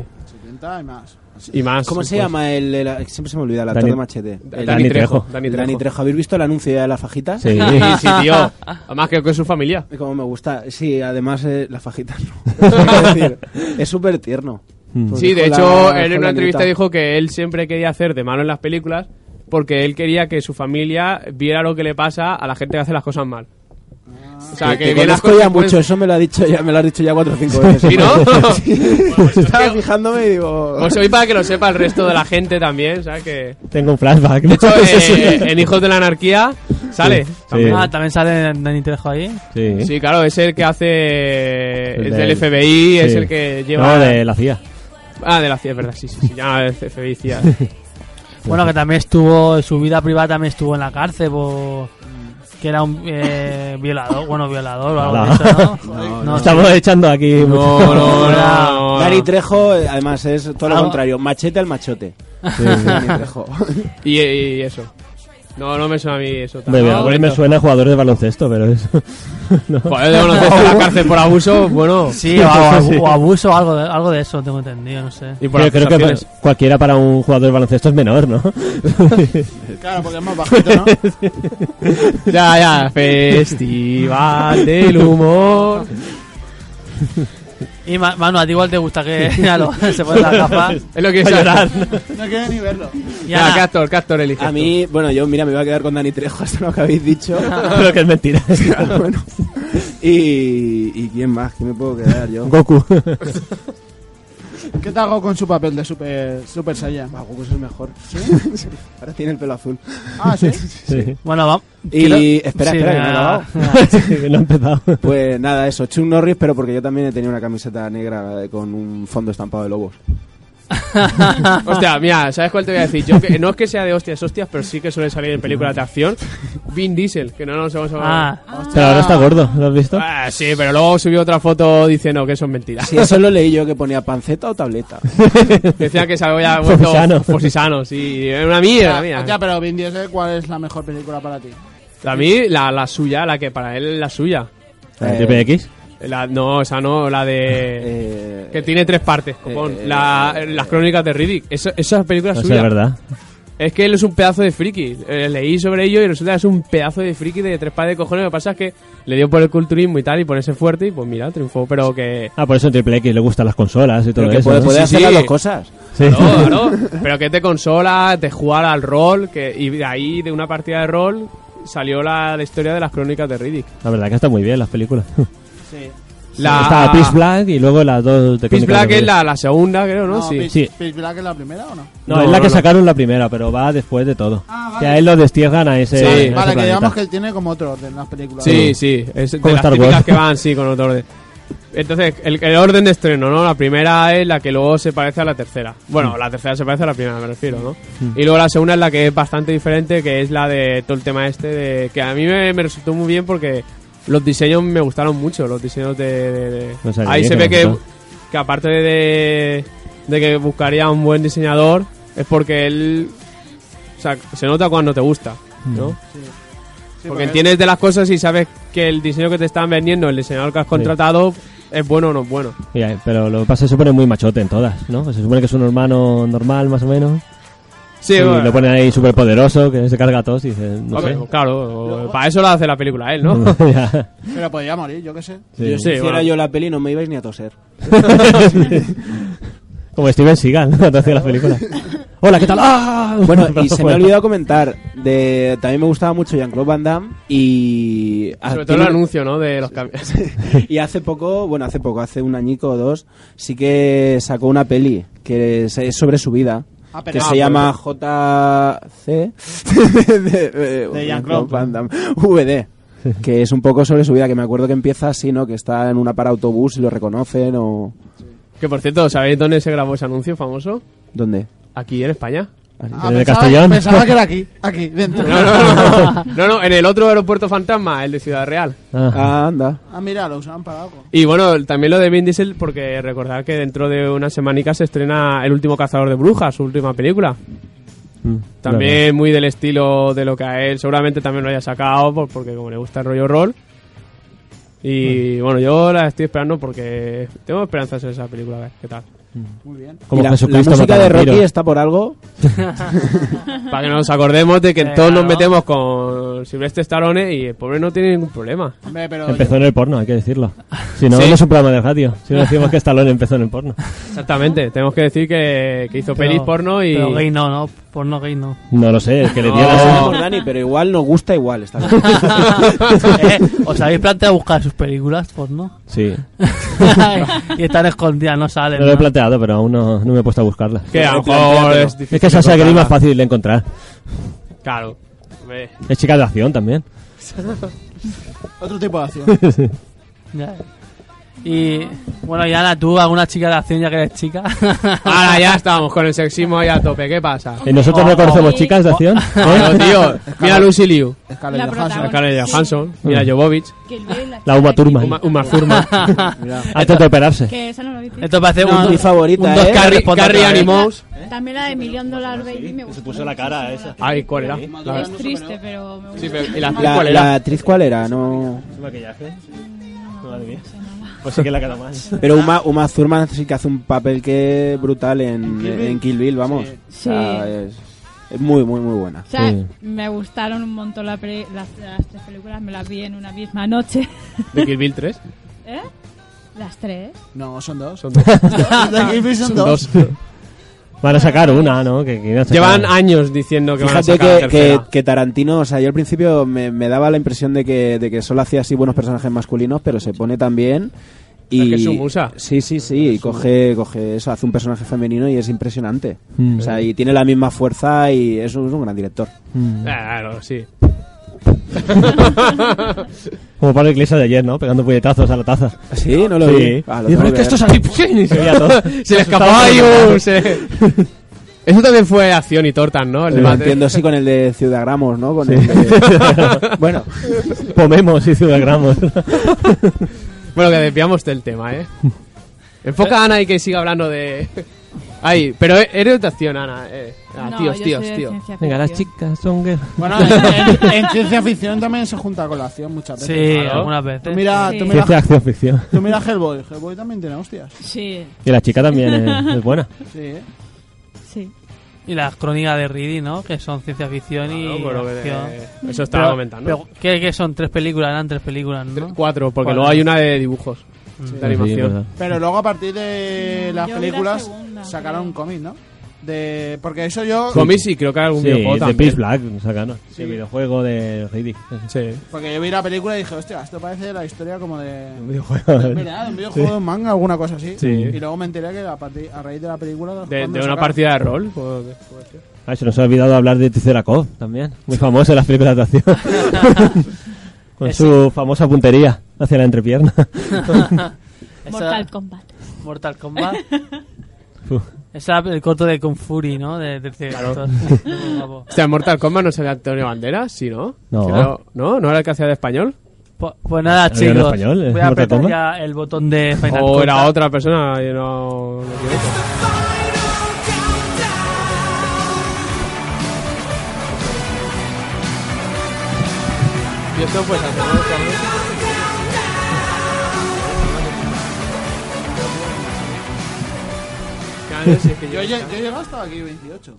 Speaker 5: 70 y más.
Speaker 3: Y más.
Speaker 8: ¿Cómo se
Speaker 3: pues.
Speaker 8: llama el, el- Siempre se me olvida el actor
Speaker 6: Dani-
Speaker 8: de Machete.
Speaker 3: Da- Dani
Speaker 8: El
Speaker 6: Dani
Speaker 3: Trejo.
Speaker 6: Trejo.
Speaker 3: Dani
Speaker 8: el Dani
Speaker 3: Trejo.
Speaker 8: Trejo. ¿Habéis visto el anuncio de la
Speaker 2: (laughs)
Speaker 8: fajita?
Speaker 6: Sí.
Speaker 3: Sí, sí, tío.
Speaker 8: (laughs)
Speaker 3: Además creo que es su familia.
Speaker 8: Como me gusta. Sí, además eh, la fajita (laughs) no. Es decir, es súper tierno.
Speaker 6: Mm.
Speaker 8: Pues
Speaker 3: Sí, de
Speaker 8: dijo
Speaker 3: hecho,
Speaker 8: la-
Speaker 3: él en
Speaker 8: dijo
Speaker 3: una
Speaker 8: la
Speaker 3: entrevista
Speaker 8: nieta.
Speaker 3: dijo que él siempre quería hacer de mano en las películas porque él quería que su familia viera lo que le pasa a la gente que hace las cosas mal. O sea,
Speaker 8: Te- te
Speaker 3: que bien las
Speaker 8: conozco ya
Speaker 3: consecuencias-
Speaker 8: mucho, eso me lo ha dicho ya, me lo has dicho ya cuatro o cinco veces.
Speaker 3: Sí, (laughs)
Speaker 8: (laughs)
Speaker 3: ¿no? pues
Speaker 8: Estaba fijándome y digo...
Speaker 3: Os oí pues para que lo sepa el resto de la gente también, o sea que...
Speaker 6: Tengo un flashback.
Speaker 3: De hecho,
Speaker 6: (laughs)
Speaker 3: eh, en Hijos de la Anarquía sale.
Speaker 6: Sí,
Speaker 3: también.
Speaker 2: Ah, también sale Dani Trejo ahí.
Speaker 6: Sí.
Speaker 3: Sí, claro, es el que hace...
Speaker 6: El
Speaker 3: Es
Speaker 6: del-
Speaker 3: del FBI, es
Speaker 6: Sí.
Speaker 3: el que lleva...
Speaker 6: No, de la CIA.
Speaker 3: Ah, de la CIA, es verdad, sí, sí, sí, ya, el FBI, CIA.
Speaker 2: Bueno, que también estuvo, su vida privada también estuvo en la cárcel, por, que era un eh, violador, bueno, violador o algo de
Speaker 6: Hola.
Speaker 2: eso, ¿no?
Speaker 6: No, estamos echando aquí.
Speaker 3: Ah, No,
Speaker 6: (laughs) mucho-
Speaker 3: no, no.
Speaker 8: Dani Trejo, eh, además, es todo lo
Speaker 2: Ah,
Speaker 8: contrario. Machete al machote.
Speaker 6: Sí, sí.
Speaker 8: Dani Trejo.
Speaker 3: Y, y eso. No, no me suena a mí eso. tan-
Speaker 6: Me, me-
Speaker 3: No,
Speaker 6: me
Speaker 3: bonito.
Speaker 6: suena a jugadores de baloncesto, pero eso. no.
Speaker 3: Joder, de baloncesto a la cárcel por abuso, bueno.
Speaker 2: Sí, o, o- o abuso, algo de, algo de eso, tengo entendido, no sé.
Speaker 3: Y por
Speaker 6: Yo (laughs) creo que
Speaker 3: acusaciones.
Speaker 6: pa- cualquiera para un jugador de baloncesto es
Speaker 3: (laughs)
Speaker 6: menor, ¿no? (laughs)
Speaker 5: Claro, porque es más bajito, ¿no?
Speaker 3: Ya, ya, festival del humor.
Speaker 2: Y Ma- Manu, a ti igual te gusta que (laughs) a lo- se pone la capa.
Speaker 3: Es lo que es llorar.
Speaker 5: No quiero ni verlo.
Speaker 2: Y
Speaker 3: Ya, ¿qué
Speaker 2: Ana,
Speaker 3: actor, qué actor elige?
Speaker 8: A mí, bueno, yo, mira, me iba a quedar con Dani Trejo (laughs) hasta lo que habéis dicho.
Speaker 6: Creo que
Speaker 3: (laughs)
Speaker 6: es mentira. (laughs)
Speaker 8: (laughs) Bueno.
Speaker 6: (laughs)
Speaker 8: Y, ¿Y quién más? ¿Quién me puedo quedar yo?
Speaker 6: Goku.
Speaker 5: ¿Qué te hago con su papel de Super, super Saiyan?
Speaker 8: Guau, Goku es el mejor. Ahora tiene el pelo azul.
Speaker 5: (laughs) Ah, sí.
Speaker 6: Sí.
Speaker 2: Bueno, vamos.
Speaker 8: Y espera, espera, que no he acabado.
Speaker 6: no ha empezado.
Speaker 8: Pues nada, eso, Chuck Norris, pero porque yo también he tenido una camiseta negra eh, con un fondo estampado de lobos.
Speaker 3: Hostia, mira, ¿sabes cuál te voy a decir? Yo que, no es que sea de hostias, hostias, pero sí que suele salir en películas de acción. Vin Diesel, que no nos hemos hablado.
Speaker 2: Ah,
Speaker 6: Pero ahora está gordo, ¿lo has visto?
Speaker 3: Ah, sí, pero luego subió otra foto diciendo que eso es mentira.
Speaker 8: Sí, eso lo leí yo, que ponía panceta o (laughs) tableta.
Speaker 3: Decía que se
Speaker 8: (laughs)
Speaker 3: había vuelto (laughs)
Speaker 6: Fosisano.
Speaker 3: Fosisano, sí. Era una
Speaker 8: Ah,
Speaker 3: mía, eh.
Speaker 5: Ya,
Speaker 3: una
Speaker 5: ya,
Speaker 3: mía.
Speaker 5: pero Vin Diesel, ¿cuál es la mejor película para ti?
Speaker 3: A mí, la, la suya, la que para él es la suya.
Speaker 6: ¿El
Speaker 8: Eh,
Speaker 6: Ah, triple X?
Speaker 3: La, no, esa no, la de...
Speaker 8: Eh,
Speaker 3: que tiene tres partes, copón.
Speaker 8: eh,
Speaker 3: La- las crónicas de Riddick. Esa, esa película es
Speaker 6: Eso
Speaker 3: suya.
Speaker 6: es verdad.
Speaker 3: Es que él es un pedazo de friki. Eh, leí sobre ello y resulta que es un pedazo de friki de tres pares de cojones. Lo que pasa es que le dio por el culturismo y tal y ponerse fuerte y pues mira, triunfó. Pero que...
Speaker 6: Ah, por eso el triple X le gustan las consolas y todo
Speaker 8: pero que
Speaker 6: eso.
Speaker 8: puede,
Speaker 6: ¿no?
Speaker 8: puede
Speaker 3: Sí,
Speaker 8: hacer
Speaker 3: sí.
Speaker 8: las dos cosas.
Speaker 6: Sí.
Speaker 3: Claro, claro. Pero que te consola, te jugar al rol que, y de ahí de una partida de rol salió la, la historia de las crónicas de Riddick.
Speaker 6: (laughs) La verdad que está muy bien las películas.
Speaker 3: La,
Speaker 6: (laughs) Está Pitch Black y luego las dos de
Speaker 3: Pitch
Speaker 6: Crónicas
Speaker 3: Black
Speaker 6: de
Speaker 3: es
Speaker 6: Riddick.
Speaker 3: la, la segunda, creo, ¿no? sí.
Speaker 5: Pitch-
Speaker 6: Sí.
Speaker 5: Pitch Black es la primera o no?
Speaker 6: No,
Speaker 3: No,
Speaker 6: es la
Speaker 3: no,
Speaker 6: que
Speaker 3: no.
Speaker 6: sacaron la primera, pero va después de todo.
Speaker 5: Ah, vale.
Speaker 6: Que a él lo destierran a ese. a
Speaker 5: vale, vale,
Speaker 6: ese
Speaker 5: que
Speaker 6: planeta.
Speaker 5: digamos que tiene como otro orden las películas.
Speaker 3: Sí, sí. Es de
Speaker 6: Como
Speaker 3: las
Speaker 6: Star Wars.
Speaker 3: típicas que van, sí, con otro orden. Entonces, el, el orden de estreno, ¿no? La primera es la que luego se parece a la tercera. Bueno,
Speaker 6: Mm.
Speaker 3: la tercera se parece a la primera, me refiero, ¿no? Y luego la segunda es la que es bastante diferente, que es la de todo el tema este, de, que a mí me, me resultó muy bien porque los diseños me gustaron mucho, los diseños de... de- de-
Speaker 6: Los
Speaker 3: Ahí se ve que,
Speaker 6: alienígenas,
Speaker 3: que aparte de, de que buscaría un buen diseñador, es porque él... O sea, se nota cuando te gusta,
Speaker 6: Mm.
Speaker 3: ¿no?
Speaker 5: Sí,
Speaker 3: porque entiendes de las cosas y sabes que el diseño que te están vendiendo, el diseñador que has contratado, es bueno o no es bueno.
Speaker 6: Ya, pero lo que pasa es que se supone muy machote en todas, ¿no? Pues Se supone que es un hermano normal, más o menos.
Speaker 3: Sí,
Speaker 6: y
Speaker 3: bueno,
Speaker 6: lo ponen ahí súper poderoso, que se carga a todos y dice, no
Speaker 3: ok,
Speaker 6: sé. Mm.
Speaker 3: claro, o- para eso lo hace la película él, (laughs) ¿no?
Speaker 6: (laughs) Ya,
Speaker 5: Pero podría morir, yo qué sé.
Speaker 6: sí. (laughs)
Speaker 8: Yo, si
Speaker 3: Sí,
Speaker 8: hiciera
Speaker 3: bueno.
Speaker 8: yo la peli no me ibais ni a toser.
Speaker 6: Como Steven Seagal, ¿no? Cuando hacía las películas. Hola, ¿qué tal? ¡Ah!
Speaker 8: (laughs) Bueno, y se
Speaker 6: Brazo
Speaker 8: me ha
Speaker 6: fuera.
Speaker 8: olvidado comentar, de, también me gustaba mucho Jean-Claude Van Damme y...
Speaker 3: Sobre
Speaker 8: ah,
Speaker 3: todo el
Speaker 8: tiene-
Speaker 3: anuncio, ¿no? De los cambios. (laughs)
Speaker 8: (laughs) Y hace poco, bueno, hace poco, hace un añico o dos, sí que sacó una peli que es, es sobre su vida.
Speaker 5: Ah, pero-
Speaker 8: que
Speaker 5: ah,
Speaker 8: se
Speaker 5: pero-
Speaker 8: llama JC (laughs) de, de-
Speaker 5: De Jean-Claude.
Speaker 8: Jean-Claude Van Damme, VD que es un poco sobre su vida que me acuerdo que empieza así no que está en una para autobús y lo reconocen o
Speaker 3: que por cierto, ¿sabéis dónde se grabó ese anuncio famoso?
Speaker 8: dónde
Speaker 3: Aquí en España.
Speaker 5: Ah,
Speaker 6: ¿De
Speaker 5: pensaba-
Speaker 6: Castellón?
Speaker 5: Pensaba que era aquí, aquí, dentro.
Speaker 3: (laughs) No, no, no, no, (laughs) no, no, en el otro aeropuerto fantasma, el de Ciudad Real.
Speaker 6: Ah,
Speaker 8: ah, anda
Speaker 5: Ah, mira, lo usaban para algo.
Speaker 3: Y bueno, también lo de Vin Diesel, porque recordad que dentro de una semanica se estrena El último cazador de brujas, su última película.
Speaker 6: mm,
Speaker 3: También muy del estilo de lo que a él seguramente también lo haya sacado, por- porque como le gusta el rollo rol. Y bueno, yo la estoy esperando porque tengo esperanzas en esa película, a ver qué tal.
Speaker 5: Muy bien.
Speaker 6: claro. Como
Speaker 8: Y la, la
Speaker 6: Jesucristo
Speaker 8: música de Rocky
Speaker 6: Matavampiros.
Speaker 8: está por algo
Speaker 3: Para que nos acordemos de que
Speaker 2: Claro.
Speaker 3: todos nos metemos con Silvestre Stallone y el pobre no tiene ningún problema.
Speaker 5: Hombre, pero
Speaker 6: Empezó en el porno, hay que decirlo. Si no,
Speaker 3: Sí.
Speaker 6: no es un programa de radio. Si no decimos que Stallone empezó en el porno.
Speaker 3: Exactamente, tenemos que decir que, que hizo
Speaker 2: pero-
Speaker 3: pelis porno y...
Speaker 2: Pero gay no, ¿no? Porno gay no. (laughs)
Speaker 6: No lo sé, es que le dio
Speaker 3: No.
Speaker 6: la
Speaker 8: Pasa por Dani pero igual nos gusta igual está bien.
Speaker 2: Eh, ¿Os habéis planteado buscar sus películas
Speaker 6: (laughs)
Speaker 2: porno? (laughs)
Speaker 6: Sí.
Speaker 2: y están escondidas, no salen.
Speaker 6: No lo he
Speaker 2: ¿no?
Speaker 6: planteado, pero aún no, no me he puesto a buscarla.
Speaker 3: Que a lo mejor
Speaker 8: Plantéatelo.
Speaker 3: es difícil.
Speaker 6: Es que esa serie es más
Speaker 3: encontrarla.
Speaker 6: fácil de encontrar.
Speaker 3: Claro. Hombre,
Speaker 6: Es chica de acción también.
Speaker 5: otro tipo de acción.
Speaker 2: Ya. Y bueno, ya la tú, alguna chica de acción ya que eres chica.
Speaker 3: Ahora ya estamos con el sexismo ahí a tope, ¿qué
Speaker 2: (laughs)
Speaker 3: pasa?
Speaker 6: ¿Y nosotros no
Speaker 2: Oh.
Speaker 6: conocemos chicas
Speaker 2: (laughs)
Speaker 6: de acción?
Speaker 3: Claro, tío, mira a Lucy Liu,
Speaker 5: Scarlett
Speaker 4: La
Speaker 5: Johansson.
Speaker 4: protagonista.
Speaker 3: Scarlett Johansson, mira a Jovovich,
Speaker 4: Que el de
Speaker 6: La Uma Thurman.
Speaker 3: Uma, Uma Thurman.
Speaker 6: Antes de operarse.
Speaker 4: Que Eh, esa no la vi.
Speaker 2: Esto parece
Speaker 8: No,
Speaker 2: un,
Speaker 8: mi favorita,
Speaker 2: un dos
Speaker 8: ¿eh?
Speaker 2: carri-
Speaker 3: Carrie,
Speaker 2: respondo
Speaker 3: Carrie
Speaker 2: otra vez.
Speaker 3: Animals.
Speaker 4: También la de Million Dollar Baby me gusta.
Speaker 6: puso la cara esa.
Speaker 3: (laughs) Ay, ¿cuál era? La-
Speaker 4: Es triste, pero me gusta.
Speaker 3: Sí, pero ¿y la actriz
Speaker 8: la,
Speaker 3: cuál
Speaker 8: la
Speaker 3: era?
Speaker 8: actriz cuál era no
Speaker 6: maquillaje? Madre mía. Pues sí que la cara más.
Speaker 8: pero Uma, Uma Thurman sí que hace un papel que brutal en,
Speaker 5: Kill Bill.
Speaker 8: en Kill Bill vamos
Speaker 4: Sí.
Speaker 8: O sea, es- es muy muy muy buena
Speaker 4: O sea,
Speaker 6: Sí.
Speaker 4: me gustaron un montón la pre- las, las tres películas, me las vi en una misma noche. (laughs)
Speaker 3: ¿De Kill Bill 3?
Speaker 4: ¿Eh? Las tres.
Speaker 5: No, son dos. (laughs)
Speaker 3: Son dos.
Speaker 5: De Kill Bill son dos.
Speaker 6: (laughs) Van a sacar una, ¿no? Que, que iban a sacar-
Speaker 3: Llevan años diciendo que van a
Speaker 8: Fíjate
Speaker 3: sacar
Speaker 8: que,
Speaker 3: la
Speaker 8: que,
Speaker 3: tercera.
Speaker 8: que Tarantino, o sea, yo al principio me, me daba la impresión de que, de que solo hacía así buenos personajes masculinos, pero se pone también Y,
Speaker 3: que es su musa.
Speaker 8: Sí, sí, sí. y coge, coge eso, hace un personaje femenino y es impresionante.
Speaker 6: Mm.
Speaker 8: O sea, y tiene la misma fuerza y es un, es un gran director.
Speaker 6: Mm.
Speaker 3: Claro, sí. (laughs)
Speaker 6: Como Pablo Iglesias de ayer, ¿no? Pegando puñetazos a la taza.
Speaker 8: Sí, no lo vi. Ah, lo
Speaker 6: y
Speaker 8: tengo
Speaker 6: porque
Speaker 8: que
Speaker 6: esto es
Speaker 8: ver.
Speaker 6: así. (laughs) Y se veía todo.
Speaker 3: Se le escapó ahí un- (laughs) se- Eso también fue acción y tortas, ¿no? El
Speaker 8: Lo
Speaker 3: debate.
Speaker 8: entiendo así con el de Ciudad Gramos, ¿no? Con el de- bueno,
Speaker 6: Pomemos y Ciudad Gramos.
Speaker 3: Bueno, que desviamos del tema, (laughs) ¿eh? Enfoca a Ana y que siga hablando de... (laughs) Ay, pero eres de acción, Ana. eh. Ah,
Speaker 4: No,
Speaker 3: tíos,
Speaker 4: yo
Speaker 3: tíos,
Speaker 4: soy de
Speaker 3: tíos.
Speaker 4: ciencia
Speaker 6: Venga, las
Speaker 4: ficción.
Speaker 6: chicas son que...
Speaker 5: Bueno, en, en- en ciencia ficción también se junta colación muchas veces.
Speaker 2: Sí,
Speaker 3: Claro.
Speaker 2: algunas
Speaker 5: Tú
Speaker 2: veces.
Speaker 5: mira,
Speaker 4: Sí.
Speaker 5: tú mira,
Speaker 6: Ciencia, acción, ficción.
Speaker 5: tú mira Hellboy. Hellboy también tiene hostias.
Speaker 4: Sí,
Speaker 6: Y la chica también es, es buena.
Speaker 5: Sí, ¿eh?
Speaker 4: sí.
Speaker 2: Y las crónicas de Reedy, ¿no? Que son ciencia ficción y
Speaker 3: Claro, por lo que-
Speaker 2: acción.
Speaker 3: Eso estaba
Speaker 2: Pero-
Speaker 3: comentando.
Speaker 2: pero, ¿qué, qué son? ¿Tres películas? Eran tres películas,
Speaker 3: Tres-
Speaker 2: ¿no?
Speaker 3: Cuatro, porque
Speaker 2: Cuatro.
Speaker 3: luego hay una de dibujos, de
Speaker 6: Sí,
Speaker 3: animación.
Speaker 6: verdad.
Speaker 5: Pero luego a partir de las
Speaker 4: Mm, Yo vi la
Speaker 5: películas
Speaker 4: segunda,
Speaker 5: sacaron
Speaker 4: creo.
Speaker 5: un cómic, ¿no? De, porque eso yo...
Speaker 3: Comics y creo que hay algún
Speaker 6: Sí,
Speaker 3: videojuego
Speaker 6: de
Speaker 3: también.
Speaker 6: Pitch Black sacaron.
Speaker 5: Sí.
Speaker 6: El videojuego de Heidi.
Speaker 3: Sí.
Speaker 5: Porque yo vi la película y dije, hostia, esto parece la historia como de...
Speaker 6: videojuego.
Speaker 5: Mira, de un videojuego, de un manga, alguna cosa así.
Speaker 6: Sí.
Speaker 5: Y luego me enteré que a, partir, a raíz de la película...
Speaker 3: De,
Speaker 5: cuando
Speaker 3: de una
Speaker 5: sacaron-
Speaker 3: partida de rol. pues, puedo- puedo decir.
Speaker 6: Ah, se nos ha olvidado hablar de Ticerakov también. Muy famoso en las películas de acción. Con su famosa puntería hacia la entrepierna. (laughs)
Speaker 2: (laughs) Esa-
Speaker 4: Mortal Kombat.
Speaker 2: Mortal
Speaker 6: (laughs)
Speaker 2: Kombat.
Speaker 6: Uf.
Speaker 2: Esa, el corto de Kung Fury, ¿no? De, de, de- Muy guapo.
Speaker 3: Hostia, en Mortal Kombat no sale Antonio Banderas, sí, ¿no?
Speaker 6: No.
Speaker 3: Creo- ¿no, no era el que hacía de español.
Speaker 2: Pues, pues nada,
Speaker 6: ¿Había en
Speaker 2: chicos.
Speaker 6: español, eh,
Speaker 2: voy a
Speaker 6: Mortal
Speaker 2: apretar
Speaker 6: Kombat?
Speaker 2: ya el botón de Final
Speaker 3: O Oh, era
Speaker 2: Countdown.
Speaker 3: otra persona, yo no me equivoco. Y esto pues hace ¿no? Claro, sí, es que
Speaker 6: (laughs)
Speaker 3: yo
Speaker 5: Yo, lle- yo he llegado hasta aquí 28.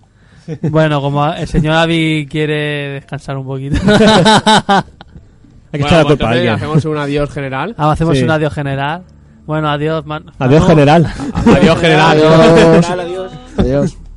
Speaker 2: Bueno, como el señor Avi quiere descansar un poquito. (laughs)
Speaker 6: Hay que
Speaker 3: Bueno,
Speaker 6: echar
Speaker 3: pues
Speaker 6: la culpa a
Speaker 3: entonces
Speaker 6: alguien.
Speaker 3: Hacemos un adiós general.
Speaker 2: Ahora hacemos
Speaker 6: Sí.
Speaker 2: un adiós general. Bueno, adiós, man.
Speaker 6: Adiós,
Speaker 2: Manu.
Speaker 6: general.
Speaker 3: Adiós general.
Speaker 8: Adiós.